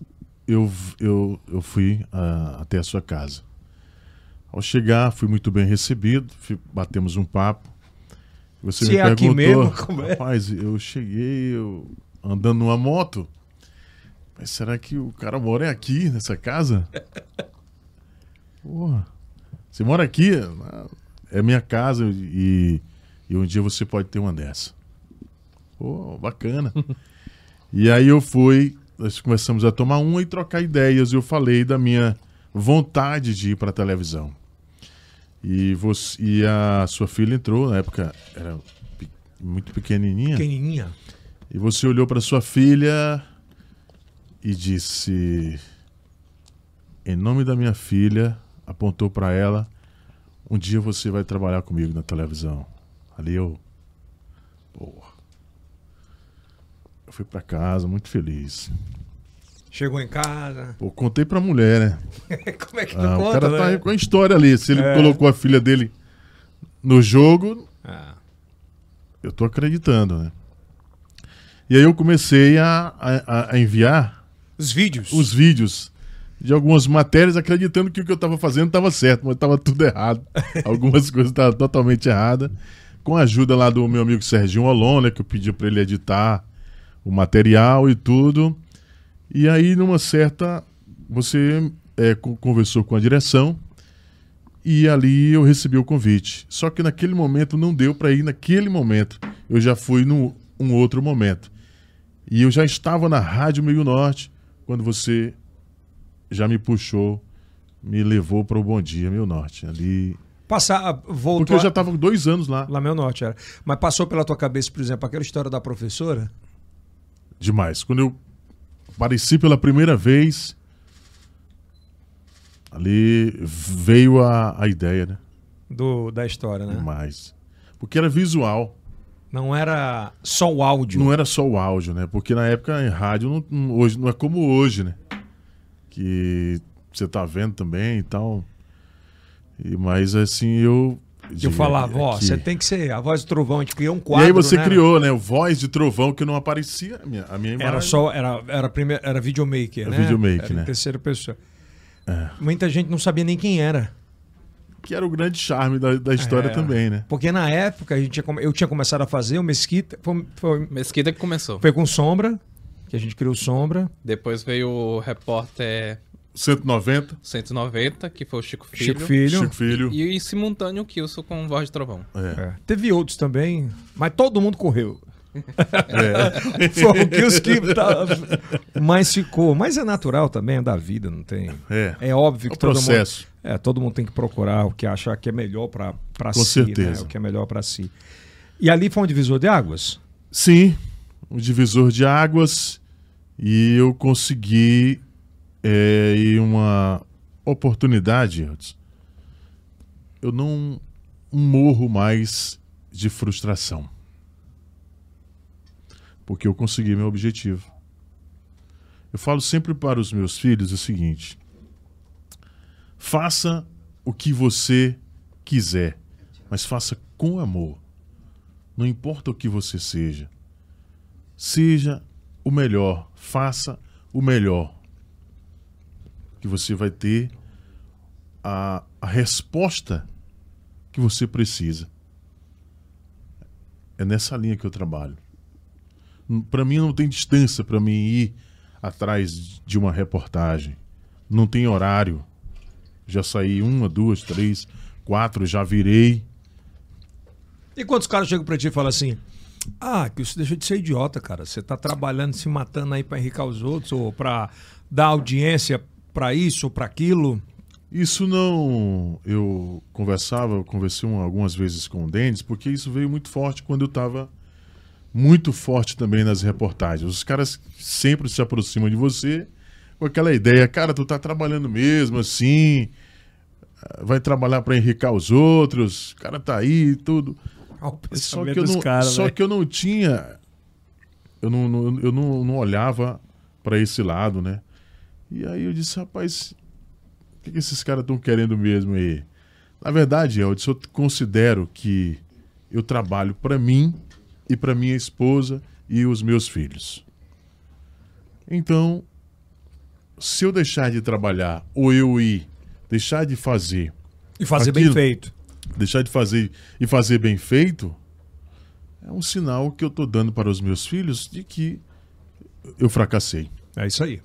S2: eu, eu, eu fui ah, até a sua casa. Ao chegar, fui muito bem recebido, fi- batemos um papo. Você
S1: Se
S2: me
S1: é aqui
S2: perguntou,
S1: mesmo, como é?
S2: rapaz, eu cheguei eu, andando numa moto. Mas será que o cara mora é aqui, nessa casa? Porra. Você mora aqui? É minha casa e, e um dia você pode ter uma dessa. Pô, bacana. e aí eu fui, nós começamos a tomar uma e trocar ideias. Eu falei da minha vontade de ir para televisão. E, você, e a sua filha entrou, na época era pe- muito pequenininha.
S1: Pequenininha.
S2: E você olhou para sua filha e disse: Em nome da minha filha, apontou para ela: Um dia você vai trabalhar comigo na televisão. Ali eu. Porra. Eu fui para casa muito feliz.
S1: Chegou em casa.
S2: Pô, contei pra mulher, né?
S1: Como é que tu
S2: Ah, o
S1: conta,
S2: cara
S1: né?
S2: tá com a história ali. Se ele
S1: É.
S2: colocou a filha dele no jogo,
S1: Ah,
S2: Eu tô acreditando, né? E aí eu comecei a, a- a enviar
S1: os vídeos.
S2: os vídeos de algumas matérias, acreditando que o que eu tava fazendo tava certo, mas tava tudo errado. Algumas coisas estavam totalmente erradas. Com a ajuda lá do meu amigo Serginho Olon, né? Que eu pedi pra ele editar o material e tudo. E aí, numa certa. Você é, co- conversou com a direção e ali eu recebi o convite. Só que naquele momento não deu para ir naquele momento. Eu já fui num um outro momento. E eu já estava na Rádio Meio Norte quando você já me puxou, me levou para o Bom Dia Meio Norte. Ali.
S1: Passar, ah, voltou.
S2: Porque eu já estava com dois anos lá.
S1: Lá meu norte era. Mas passou pela tua cabeça, por exemplo, aquela história da professora?
S2: Demais. Quando eu apareci pela primeira vez, ali veio a, a ideia, né?
S1: Do, da história, né?
S2: Demais. Porque era visual.
S1: Não era só o áudio.
S2: Não era só o áudio, né? Porque na época em rádio não, não- hoje, não é como hoje, né? Que você tá vendo também e tal. E, mas assim, eu.
S1: Eu falava, ó,
S2: aqui.
S1: você tem que ser a voz do trovão, a gente criou um
S2: E
S1: quadro.
S2: aí você
S1: né?
S2: criou, né? O Voz de Trovão que não aparecia a minha, a minha imagem.
S1: Era só, era, era, primeiro, era videomaker,
S2: Era
S1: né?
S2: videomaker,
S1: era em
S2: né? É.
S1: terceira pessoa. Muita gente não sabia nem quem era.
S2: Que era o grande charme da, da história
S1: É.
S2: também, né?
S1: Porque na época a gente tinha come- eu tinha começado a fazer o Mesquita. Foi, foi,
S3: Mesquita que começou.
S1: foi com Sombra, que a gente criou Sombra.
S3: Depois veio o repórter
S2: 190,
S3: 190, que foi o Chico Filho.
S1: Chico Filho.
S2: Chico Filho.
S3: E em simultâneo o Kilson com Voz de Trovão.
S2: É.
S1: É. Teve outros também, mas todo mundo correu.
S2: É.
S1: Foi o que os que tá- mas ficou. Mas é natural também, é da vida, não tem.
S2: É.
S1: É óbvio que
S2: o
S1: todo
S2: processo.
S1: mundo. É, todo mundo tem que procurar o que achar que é melhor para si,
S2: Com
S1: né?
S2: certeza.
S1: O que é melhor para si. E ali foi um divisor de águas.
S2: Sim, um divisor de águas e eu consegui é, e uma oportunidade. Edson. Eu não morro mais de frustração. Porque eu consegui meu objetivo. Eu falo sempre para os meus filhos o seguinte: faça o que você quiser, mas faça com amor. Não importa o que você seja. Seja o melhor. Faça o melhor. Que você vai ter a, a resposta que você precisa. É nessa linha que eu trabalho. Para mim não tem distância para mim ir atrás de uma reportagem. Não tem horário. Já saí uma, duas, três, quatro, já virei.
S1: E quando os caras chegam pra ti e falam assim: Ah, que isso deixa de ser idiota, cara. Você tá trabalhando, se matando aí pra enricar os outros, ou pra dar audiência pra isso ou pra aquilo.
S2: Isso não. Eu conversava, eu conversei um- algumas vezes com o Denis, porque isso veio muito forte quando eu estava muito forte também nas reportagens. Os caras sempre se aproximam de você com aquela ideia, cara, tu tá trabalhando mesmo assim. vai trabalhar pra enricar os outros, o cara tá aí e tudo.
S1: Olha o
S2: Só que
S1: pensamento
S2: eu
S1: dos
S2: não,
S1: caras, né?
S2: só
S1: velho.
S2: que eu não tinha. Eu não, não- eu não, não olhava pra esse lado, né? E aí eu disse, rapaz, o que, que esses caras estão querendo mesmo aí? Na verdade, Eldis, eu considero que eu trabalho pra mim e pra minha esposa e os meus filhos. Então, se eu deixar de trabalhar ou eu ir, deixar de fazer
S1: E fazer bem
S2: aquilo-
S1: feito.
S2: deixar de fazer e fazer bem feito é um sinal que eu tô dando para os meus filhos de que eu fracassei.
S1: É isso aí.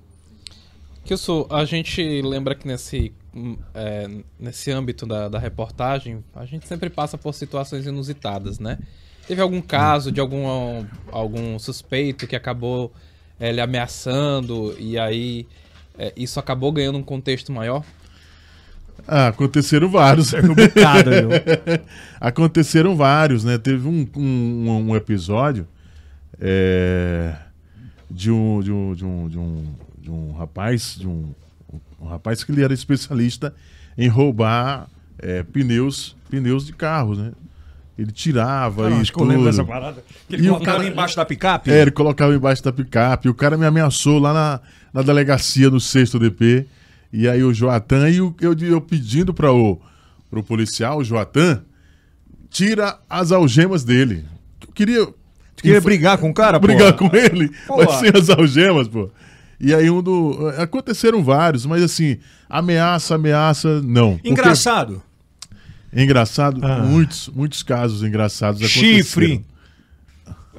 S3: Que eu sou, a gente lembra que nesse, hum, é, nesse âmbito da, da reportagem, a gente sempre passa por situações inusitadas, né? Teve algum caso de algum, algum suspeito que acabou é, lhe ameaçando e aí é, isso acabou ganhando um contexto maior?
S2: Ah, aconteceram vários.
S1: Um bocado, viu?
S2: aconteceram vários, né? Teve um, um, um episódio é, de, um, de, um, de, um, de, um, de um rapaz, de um, um rapaz que ele era especialista em roubar é, pneus, pneus de carros, né? Ele tirava
S1: Cara,
S2: e
S1: Ah, acho que eu lembro
S2: tudo.
S1: dessa parada. Que ele
S2: E o
S1: colocava
S2: cara-
S1: embaixo da picape.
S2: É, ele colocava embaixo da picape. O cara me ameaçou lá na, na delegacia, no 6 DP. E aí o Joatan, e o- eu, de- eu pedindo para o pro policial, o Joatan, tira as algemas dele. Eu queria.
S1: Tu queria brigar com o cara, pô?
S2: brigar com ele,
S1: Porra.
S2: mas sem as algemas, pô. E aí um do. Aconteceram vários, mas assim, ameaça, ameaça, não. Porque-
S1: Engraçado. Ah.
S2: Engraçado, muitos, muitos casos engraçados aconteceram.
S1: Chifre.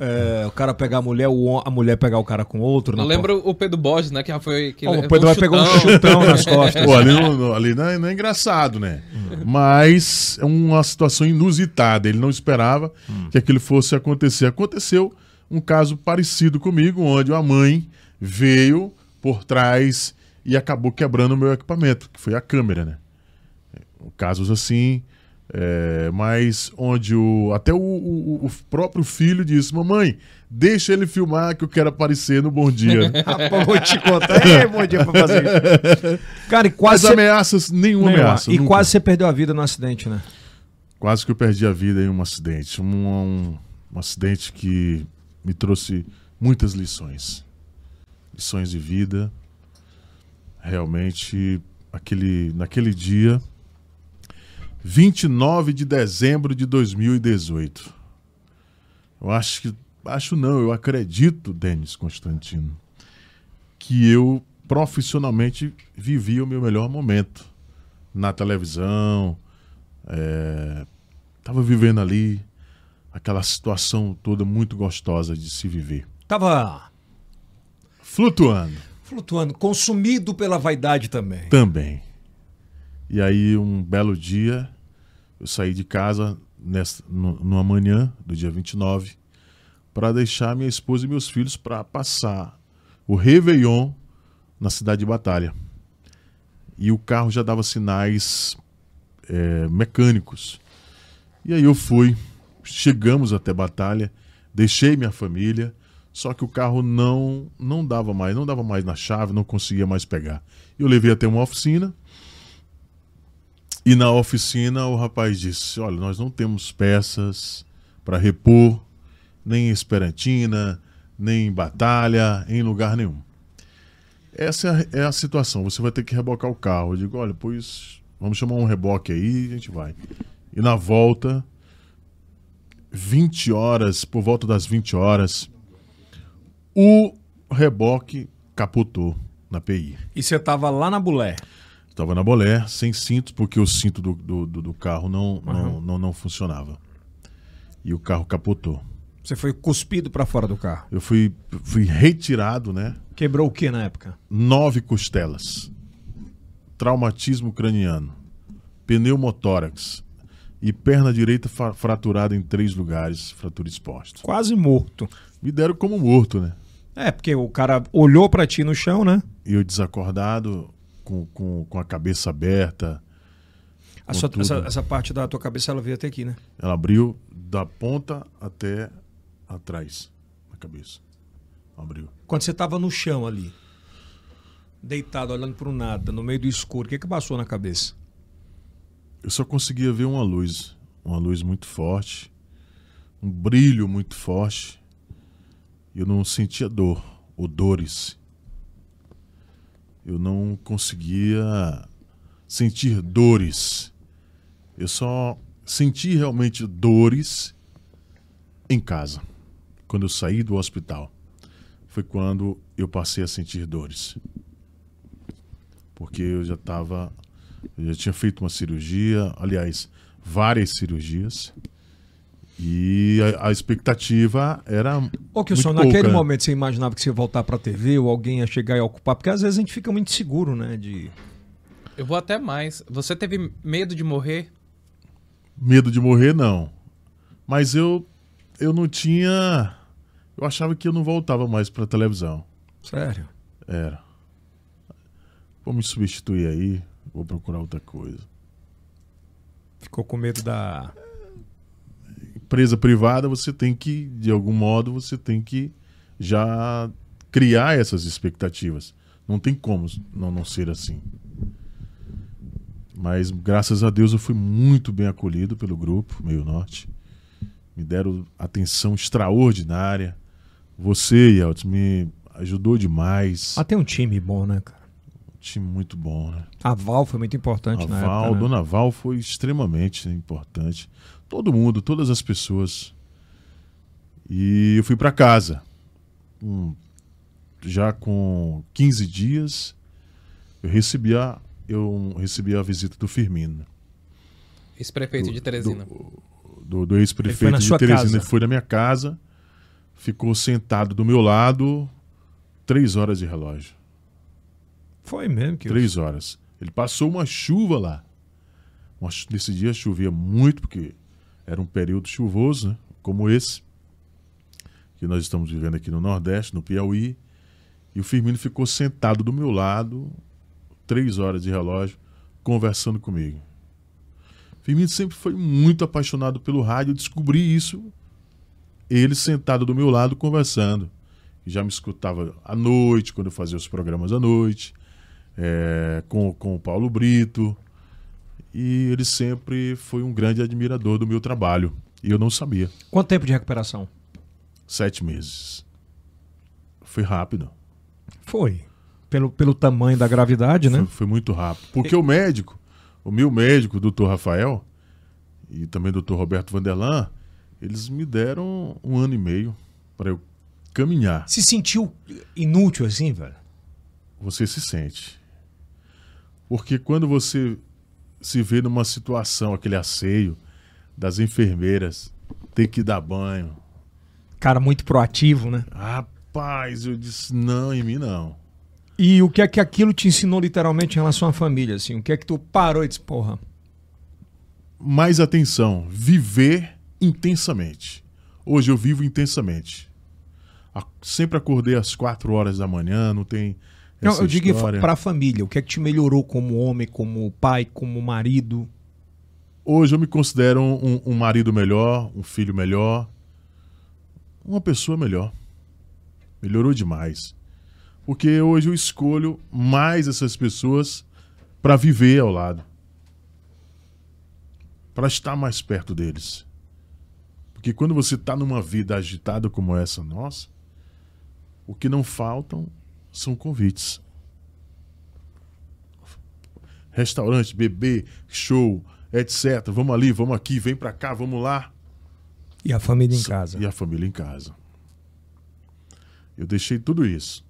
S1: É, o cara pegar a mulher, o hom- a mulher pegar o cara com outro. na
S3: Eu lembro o Pedro Borges, né? Que já foi. Que
S1: porta. Ó,
S3: levou
S1: o Pedro vai pegar um chutão nas costas.
S2: Pô, ali, não, não- ali não, é, não é engraçado, né? Mas é uma situação inusitada. Ele não esperava que aquilo fosse acontecer. Aconteceu um caso parecido comigo, onde uma mãe veio por trás e acabou quebrando o meu equipamento, que foi a câmera, né? Casos assim, é, mas onde o, até o, o- o próprio filho disse: Mamãe, deixa ele filmar que eu quero aparecer no Bom Dia.
S1: Rapaz, vou te contar. É bom dia pra fazer isso. Cara, e
S2: Mas
S1: quase. você-
S2: ameaças, nenhuma é ameaça.
S1: e
S2: nunca.
S1: quase você perdeu a vida no acidente, né?
S2: Quase que eu perdi a vida em um acidente. Um, um, um acidente que me trouxe muitas lições. Lições de vida. Realmente, aquele, naquele dia, 29 de dezembro de 2018. Eu acho que. Acho não, eu acredito, Denis Constantino, que eu profissionalmente vivi o meu melhor momento. Na televisão, é, tava vivendo ali aquela situação toda muito gostosa de se viver.
S1: Tava
S2: Flutuando
S1: flutuando, consumido pela vaidade também.
S2: também. E aí, um belo dia, eu saí de casa nessa, nu- numa manhã do dia 29 para deixar minha esposa e meus filhos para passar o Réveillon na cidade de Batalha. E o carro já dava sinais eh, mecânicos. E aí eu fui, chegamos até Batalha, deixei minha família, só que o carro não não dava mais, não dava mais na chave, não conseguia mais pegar. Eu levei até uma oficina. E na oficina o rapaz disse: "Olha, nós não temos peças para repor, nem em Esperantina, nem em Batalha, em lugar nenhum. Essa é a- é a situação. Você vai ter que rebocar o carro. Eu digo: olha, pois vamos chamar um reboque aí e a gente vai. E na volta, 20 horas, por volta das 20 horas, o reboque capotou na PI.
S1: E você tava lá na bulé.
S2: Estava na bolé, sem cinto, porque o cinto do, do, do- do carro não, não, não, não funcionava. E o carro capotou.
S1: Você foi cuspido pra fora do carro.
S2: Eu fui, fui retirado, né?
S1: Quebrou o que na época?
S2: Nove costelas. Traumatismo craniano. Pneumotórax. E perna direita fa- fraturada em três lugares, fratura exposta.
S1: Quase morto.
S2: Me deram como morto, né?
S1: É, porque o cara olhou pra ti no chão, né?
S2: E eu desacordado, com, com, com a cabeça aberta.
S1: A sua-
S2: tudo.
S1: essa, essa parte da tua cabeça ela veio até aqui, né?
S2: Ela abriu da ponta até atrás, na cabeça. Abriu.
S1: Quando você tava no chão ali, deitado, olhando pro nada, no meio do escuro, o que que passou na cabeça?
S2: eu só conseguia ver uma luz, uma luz muito forte, um brilho muito forte. Eu não sentia dor, ou dores. Eu não conseguia sentir dores. Eu só senti realmente dores em casa, quando eu saí do hospital. Foi quando eu passei a sentir dores. Porque eu já estava. Eu já tinha feito uma cirurgia, aliás, várias cirurgias. E a, a expectativa era.
S1: Ô,
S2: muito né?
S1: Kilson, naquele
S2: pouca.
S1: momento você imaginava que você ia voltar pra TV ou alguém ia chegar e ocupar? Porque às vezes a gente fica muito seguro, né? De...
S3: Eu vou até mais. Você teve medo de morrer?
S2: Medo de morrer, não. Mas eu, eu não tinha. Eu achava que eu não voltava mais pra televisão.
S1: Sério.
S2: Era. Vou me substituir aí, vou procurar outra coisa.
S1: Ficou com medo da.
S2: Empresa privada, você tem que, de algum modo, você tem que já criar essas expectativas. Não tem como não, não ser assim. Mas graças a Deus eu fui muito bem acolhido pelo grupo Meio Norte. Me deram atenção extraordinária. Você, Yeltsin, me ajudou demais.
S1: Ah, tem um time bom, né, cara?
S2: Um time muito bom, né?
S1: A Val foi muito importante na
S2: a Val,
S1: época. né?
S2: Dona Val foi extremamente importante. Todo mundo, todas as pessoas. E eu fui para casa. Hum, já com 15 dias, eu recebi a, eu recebi a visita do Firmino.
S3: Ex-prefeito de Teresina.
S2: Do, do
S1: Ele foi na
S2: ex-prefeito de
S1: sua
S2: Teresina.
S1: casa.
S2: Ele foi na minha casa, ficou sentado do meu lado, três horas de relógio.
S1: Foi mesmo que
S2: Três horas. Ele passou uma chuva lá. Uma chu- nesse dia chovia muito, porque era um período chuvoso, né? como esse, que nós estamos vivendo aqui no Nordeste, no Piauí. E o Firmino ficou sentado do meu lado, três horas de relógio, conversando comigo. Firmino sempre foi muito apaixonado pelo rádio, eu descobri isso, ele sentado do meu lado conversando. Já me escutava à noite, quando eu fazia os programas à noite é, com, com o Paulo Brito. E ele sempre foi um grande admirador do meu trabalho. E eu não sabia.
S1: Quanto tempo de recuperação?
S2: Sete meses. Foi rápido.
S1: Foi. Pelo, pelo tamanho da gravidade, né?
S2: Foi, foi muito rápido. Porque o médico, o meu médico, o doutor Rafael, e também o doutor Roberto Vanderlan, eles me deram um ano e meio para eu caminhar.
S1: Se sentiu inútil assim, velho?
S2: você se sente. Porque quando você se vê numa situação, aquele asseio das enfermeiras, ter que dar banho.
S1: Cara muito proativo, né?
S2: Rapaz, eu disse, não, em mim não.
S1: E o que é que aquilo te ensinou literalmente em relação à família, assim? O que é que tu parou e disse, porra,
S2: Mais atenção, viver intensamente. Hoje eu vivo intensamente. A- Sempre acordei às quatro horas da manhã, não tem
S1: Não,
S2: essa
S1: eu digo
S2: história.
S1: para a família. O que é que te melhorou como homem, como pai, como marido?
S2: Hoje eu me considero um, um marido melhor, um filho melhor, uma pessoa melhor. Melhorou demais. Porque hoje eu escolho mais essas pessoas para viver ao lado. Para estar mais perto deles. Porque quando você está numa vida agitada como essa nossa, o que não faltam são convites restaurante, bebê, show, etc. Vamos ali, vamos aqui, vem pra cá, vamos lá.
S1: E a família em casa.
S2: E a família em casa. Eu deixei tudo isso.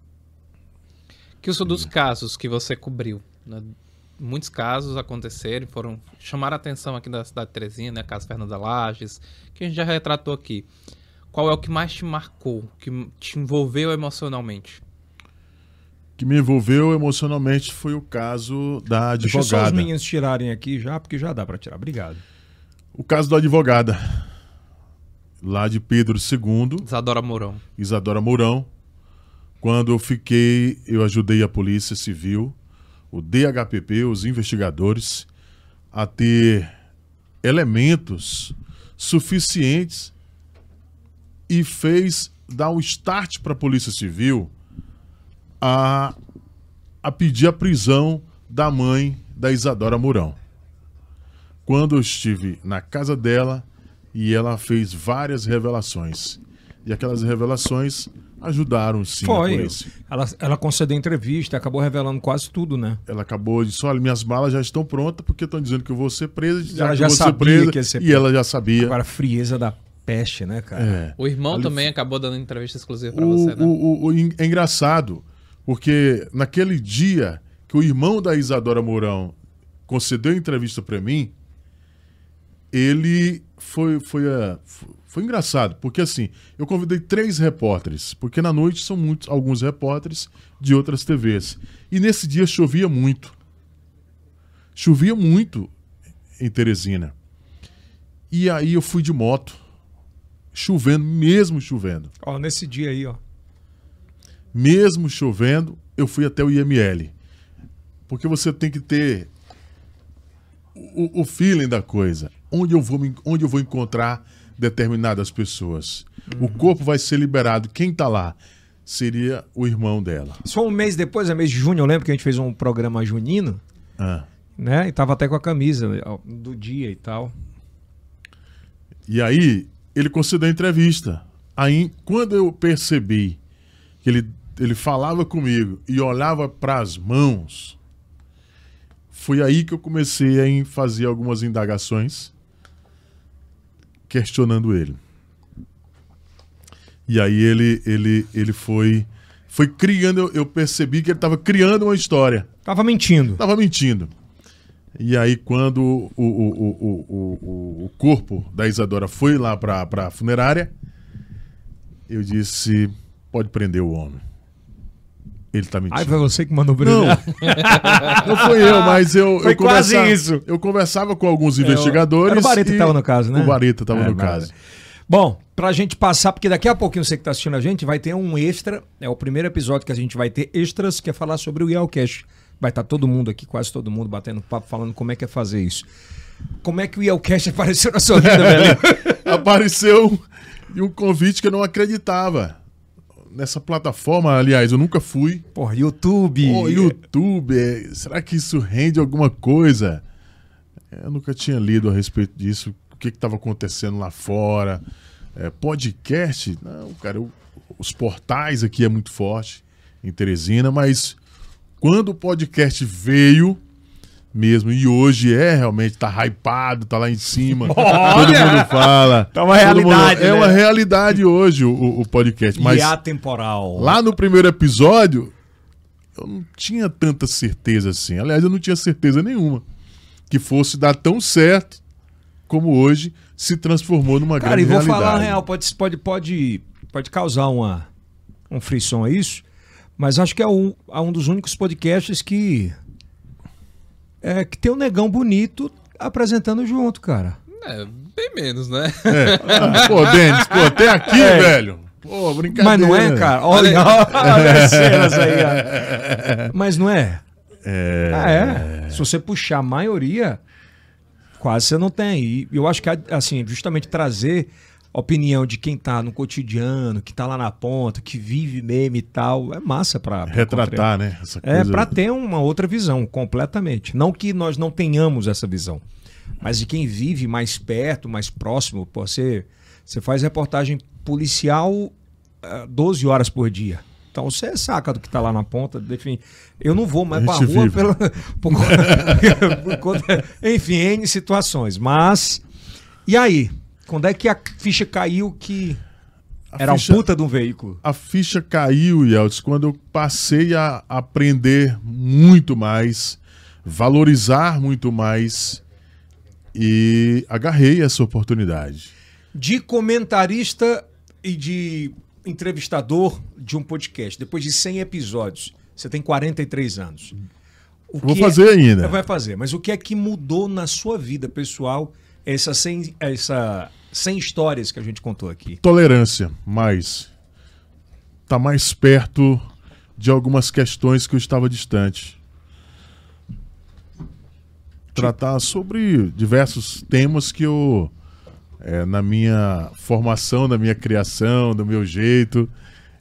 S3: Que isso
S2: Uhum.
S3: dos casos que você cobriu. né? Muitos casos aconteceram, foram chamar a atenção aqui da cidade de Teresina, né? Caso Fernanda Lages, que a gente já retratou aqui. Qual é o que mais te marcou, que te envolveu emocionalmente?
S2: O que me envolveu emocionalmente foi o caso da
S1: Deixa só os
S2: advogada.
S1: meninos tirarem aqui já, porque já dá para tirar. Obrigado.
S2: O caso da advogada. Lá de Pedro II,
S3: Isadora Mourão.
S2: Isadora Mourão. Quando eu fiquei, eu ajudei a Polícia Civil, o DHPP, os investigadores, a ter elementos suficientes e fez dar um start para a Polícia Civil a, a pedir a prisão da mãe da Isadora Mourão. quando eu estive na casa dela e ela fez várias revelações. E aquelas revelações ajudaram sim a
S1: Foi.
S2: polícia.
S1: Ela, ela concedeu entrevista, acabou revelando quase tudo, né?
S2: Ela acabou de olha, minhas balas já estão prontas porque estão dizendo que eu vou ser presa. dizendo
S1: Ela
S2: que
S1: já
S2: eu vou ser
S1: sabia
S2: presa,
S1: que ia ser
S2: E ela já sabia.
S1: Agora, a frieza da peste, né, cara?
S2: É.
S3: O irmão
S2: Ali
S3: também acabou dando entrevista exclusiva pra
S2: O-
S3: você, né?
S2: o- o- o en- é engraçado, porque naquele dia que o irmão da Isadora Mourão concedeu a entrevista pra mim, ele foi, foi, a- fo- foi engraçado, porque assim, eu convidei três repórteres, porque na noite são muitos, alguns repórteres de outras TVs. E nesse dia chovia muito. Chovia muito em Teresina. E aí eu fui de moto, chovendo, mesmo chovendo
S1: Ó, nesse dia aí, ó.
S2: mesmo chovendo, eu fui até o IML. Porque você tem que ter o, o feeling da coisa. Onde eu, vou, me- onde eu vou encontrar determinadas pessoas. O corpo vai ser liberado. Quem tá lá? Seria o irmão dela.
S1: Só um mês depois, é mês de junho, eu lembro que a gente fez um programa junino,
S2: Ah.
S1: né? E tava até com a camisa ó, do dia e tal.
S2: E aí, ele concedeu a entrevista. Aí, quando eu percebi que ele, ele falava comigo e olhava para as mãos, foi aí que eu comecei a em- fazer algumas indagações questionando ele. E aí ele ele ele foi foi criando, eu- eu percebi que ele estava criando uma história
S1: Tava mentindo.
S2: tava mentindo. E aí, quando o, o, o, o, o, o corpo da Isadora foi lá pra, pra funerária, eu disse: pode prender o homem. Ele tá mentindo.
S1: Aí foi você que mandou
S2: Não,
S1: brilhar.
S2: não foi um É, eu, mas eu,
S1: Foi
S2: eu
S1: quase
S2: conversava,
S1: isso.
S2: Eu conversava com alguns
S1: o-
S2: investigadores.
S1: era o Bareta que
S2: e
S1: tava no caso, né?
S2: O Bareta tava
S1: É,
S2: no
S1: mas-
S2: caso.
S1: Bom, pra gente passar, porque daqui a pouquinho você que tá assistindo a gente vai ter um extra. É o primeiro episódio que a gente vai ter extras, que é falar sobre o Yelcash. Vai estar todo mundo aqui, quase todo mundo, batendo papo, falando como é que é fazer isso. Como é que o Yelcash apareceu na sua vida, velho?
S2: Apareceu um convite que eu não acreditava. Nessa plataforma, aliás, eu nunca fui.
S1: Porra, YouTube.
S2: Pô, YouTube, é, será que isso rende alguma coisa? É, Eu nunca tinha lido a respeito disso, o que estava acontecendo lá fora. É, podcast? Não, cara, eu- os portais aqui é muito forte em Teresina, mas quando o podcast veio mesmo, e hoje é realmente, tá hypado, tá lá em cima, todo mundo fala.
S1: Tá uma
S2: todo
S1: realidade,
S2: É
S1: né?
S2: uma realidade hoje o, o- o podcast. Mas
S1: E é atemporal.
S2: Lá no primeiro episódio, eu não tinha tanta certeza assim. Aliás, eu não tinha certeza nenhuma que fosse dar tão certo como hoje se transformou numa
S1: Cara,
S2: grande
S1: e vou
S2: realidade.
S1: falar a real, pode, pode, pode, pode causar uma, um frisson a isso, mas acho que é um, é um dos únicos podcasts que é, que tem um negão bonito apresentando junto, cara.
S3: É, bem menos, né?
S2: É. Ah, pô, Denis, pô, até aqui,
S1: É.
S2: velho. Pô, brincadeira.
S1: Mas não é, cara? Olha, olha as cenas aí, ó. Mas não é? É. Ah, é. Se você puxar a maioria, quase você não tem. E eu acho que, assim, justamente trazer a opinião de quem tá no cotidiano, que tá lá na ponta, que vive meme e tal, é massa pra... pra
S2: Retratar, né? Essa
S1: É,
S2: coisa.
S1: pra ter uma outra visão, completamente. Não que nós não tenhamos essa visão, mas de quem vive mais perto, mais próximo, pô, você, você faz reportagem policial ah, 12 horas por dia. Então você saca do que tá lá na ponta, enfim. Eu não vou mais
S2: A
S1: pra
S2: gente
S1: rua
S2: vive.
S1: pela, por conta- por conta- enfim, N situações. Mas. E aí? Quando é que a ficha caiu que
S2: A
S1: era
S2: ficha-
S1: um puta de um veículo?
S2: a ficha caiu, Yeltsin, quando eu passei a aprender muito mais, valorizar muito mais e agarrei essa oportunidade.
S1: de comentarista e de entrevistador de um podcast. Depois de 100 episódios, você tem 43 anos. O
S2: Vou
S1: que
S2: fazer né?
S1: É,
S2: ainda.
S1: vai fazer, mas o que é que mudou na sua vida pessoal essas 100, essa 100 histórias que a gente contou aqui?
S2: Tolerância, mas tá mais perto de algumas questões que eu estava distante. Tratar sobre diversos temas que eu, é, na minha formação, na minha criação, do meu jeito,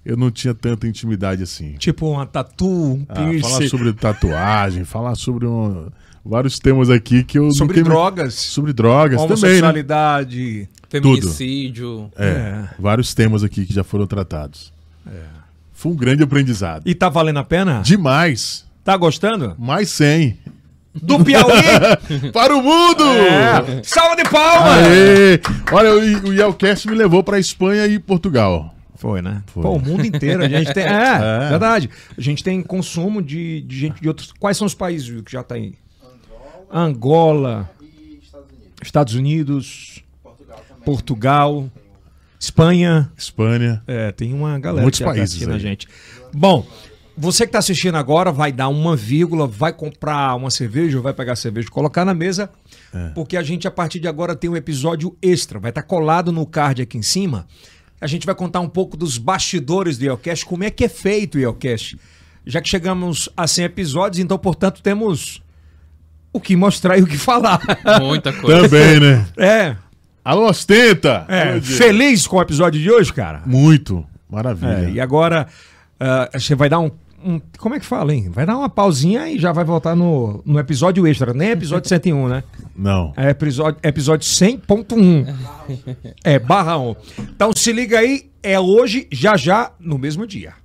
S2: eu não tinha tanta intimidade assim.
S1: Tipo uma tatu, um
S2: Ah, falar
S1: piercing.
S2: sobre tatuagem, falar sobre um- vários temas aqui que eu
S1: Sobre
S2: nunca me-
S1: drogas,
S2: sobre drogas também, né?
S1: homossexualidade.
S3: Feminicídio.
S2: É, vários temas aqui que já foram tratados.
S1: É.
S2: Foi um grande aprendizado.
S1: E tá valendo a pena?
S2: Demais.
S1: Tá gostando?
S2: Mais 100.
S1: Do Piauí!
S2: Para o mundo!
S1: é. Salva de palmas!
S2: Aê! Olha, o, o Yelcast me levou para Espanha e Portugal.
S1: Foi, né? Pô, o mundo inteiro. A gente tem. É,
S2: É.
S1: verdade. A gente tem consumo de, de gente de outros. Quais são os países Will, que já tá aí? Angola. Estados Unidos. Portugal. Espanha.
S2: Espanha.
S1: É, tem uma galera
S2: Muitos
S1: que já tá
S2: países
S1: assistindo
S2: aí.
S1: a gente. Bom, você que está assistindo agora vai dar uma vírgula, vai comprar uma cerveja, ou vai pegar a cerveja, e colocar na mesa,
S2: É.
S1: porque a gente a partir de agora tem um episódio extra, vai estar colado no card aqui em cima. A gente vai contar um pouco dos bastidores do Ielcast, como é que é feito o Ielcast. Já que chegamos a 100 episódios, então, portanto, temos o que mostrar e o que falar.
S3: Muita coisa.
S2: Também, né?
S1: É,
S2: Alô, ostenta!
S1: é.
S2: Meu Deus.
S1: feliz com o episódio de hoje, cara?
S2: Muito.
S1: É, e
S2: Maravilha.
S1: agora, ah, você vai dar um, um- Como é que fala, hein? Vai dar uma pausinha e já vai voltar no, no episódio extra. Nem é episódio 101, né?
S2: Não.
S1: É episódio, episódio 100.1. É, barra 1. Então se liga aí, é hoje, já já, no mesmo dia.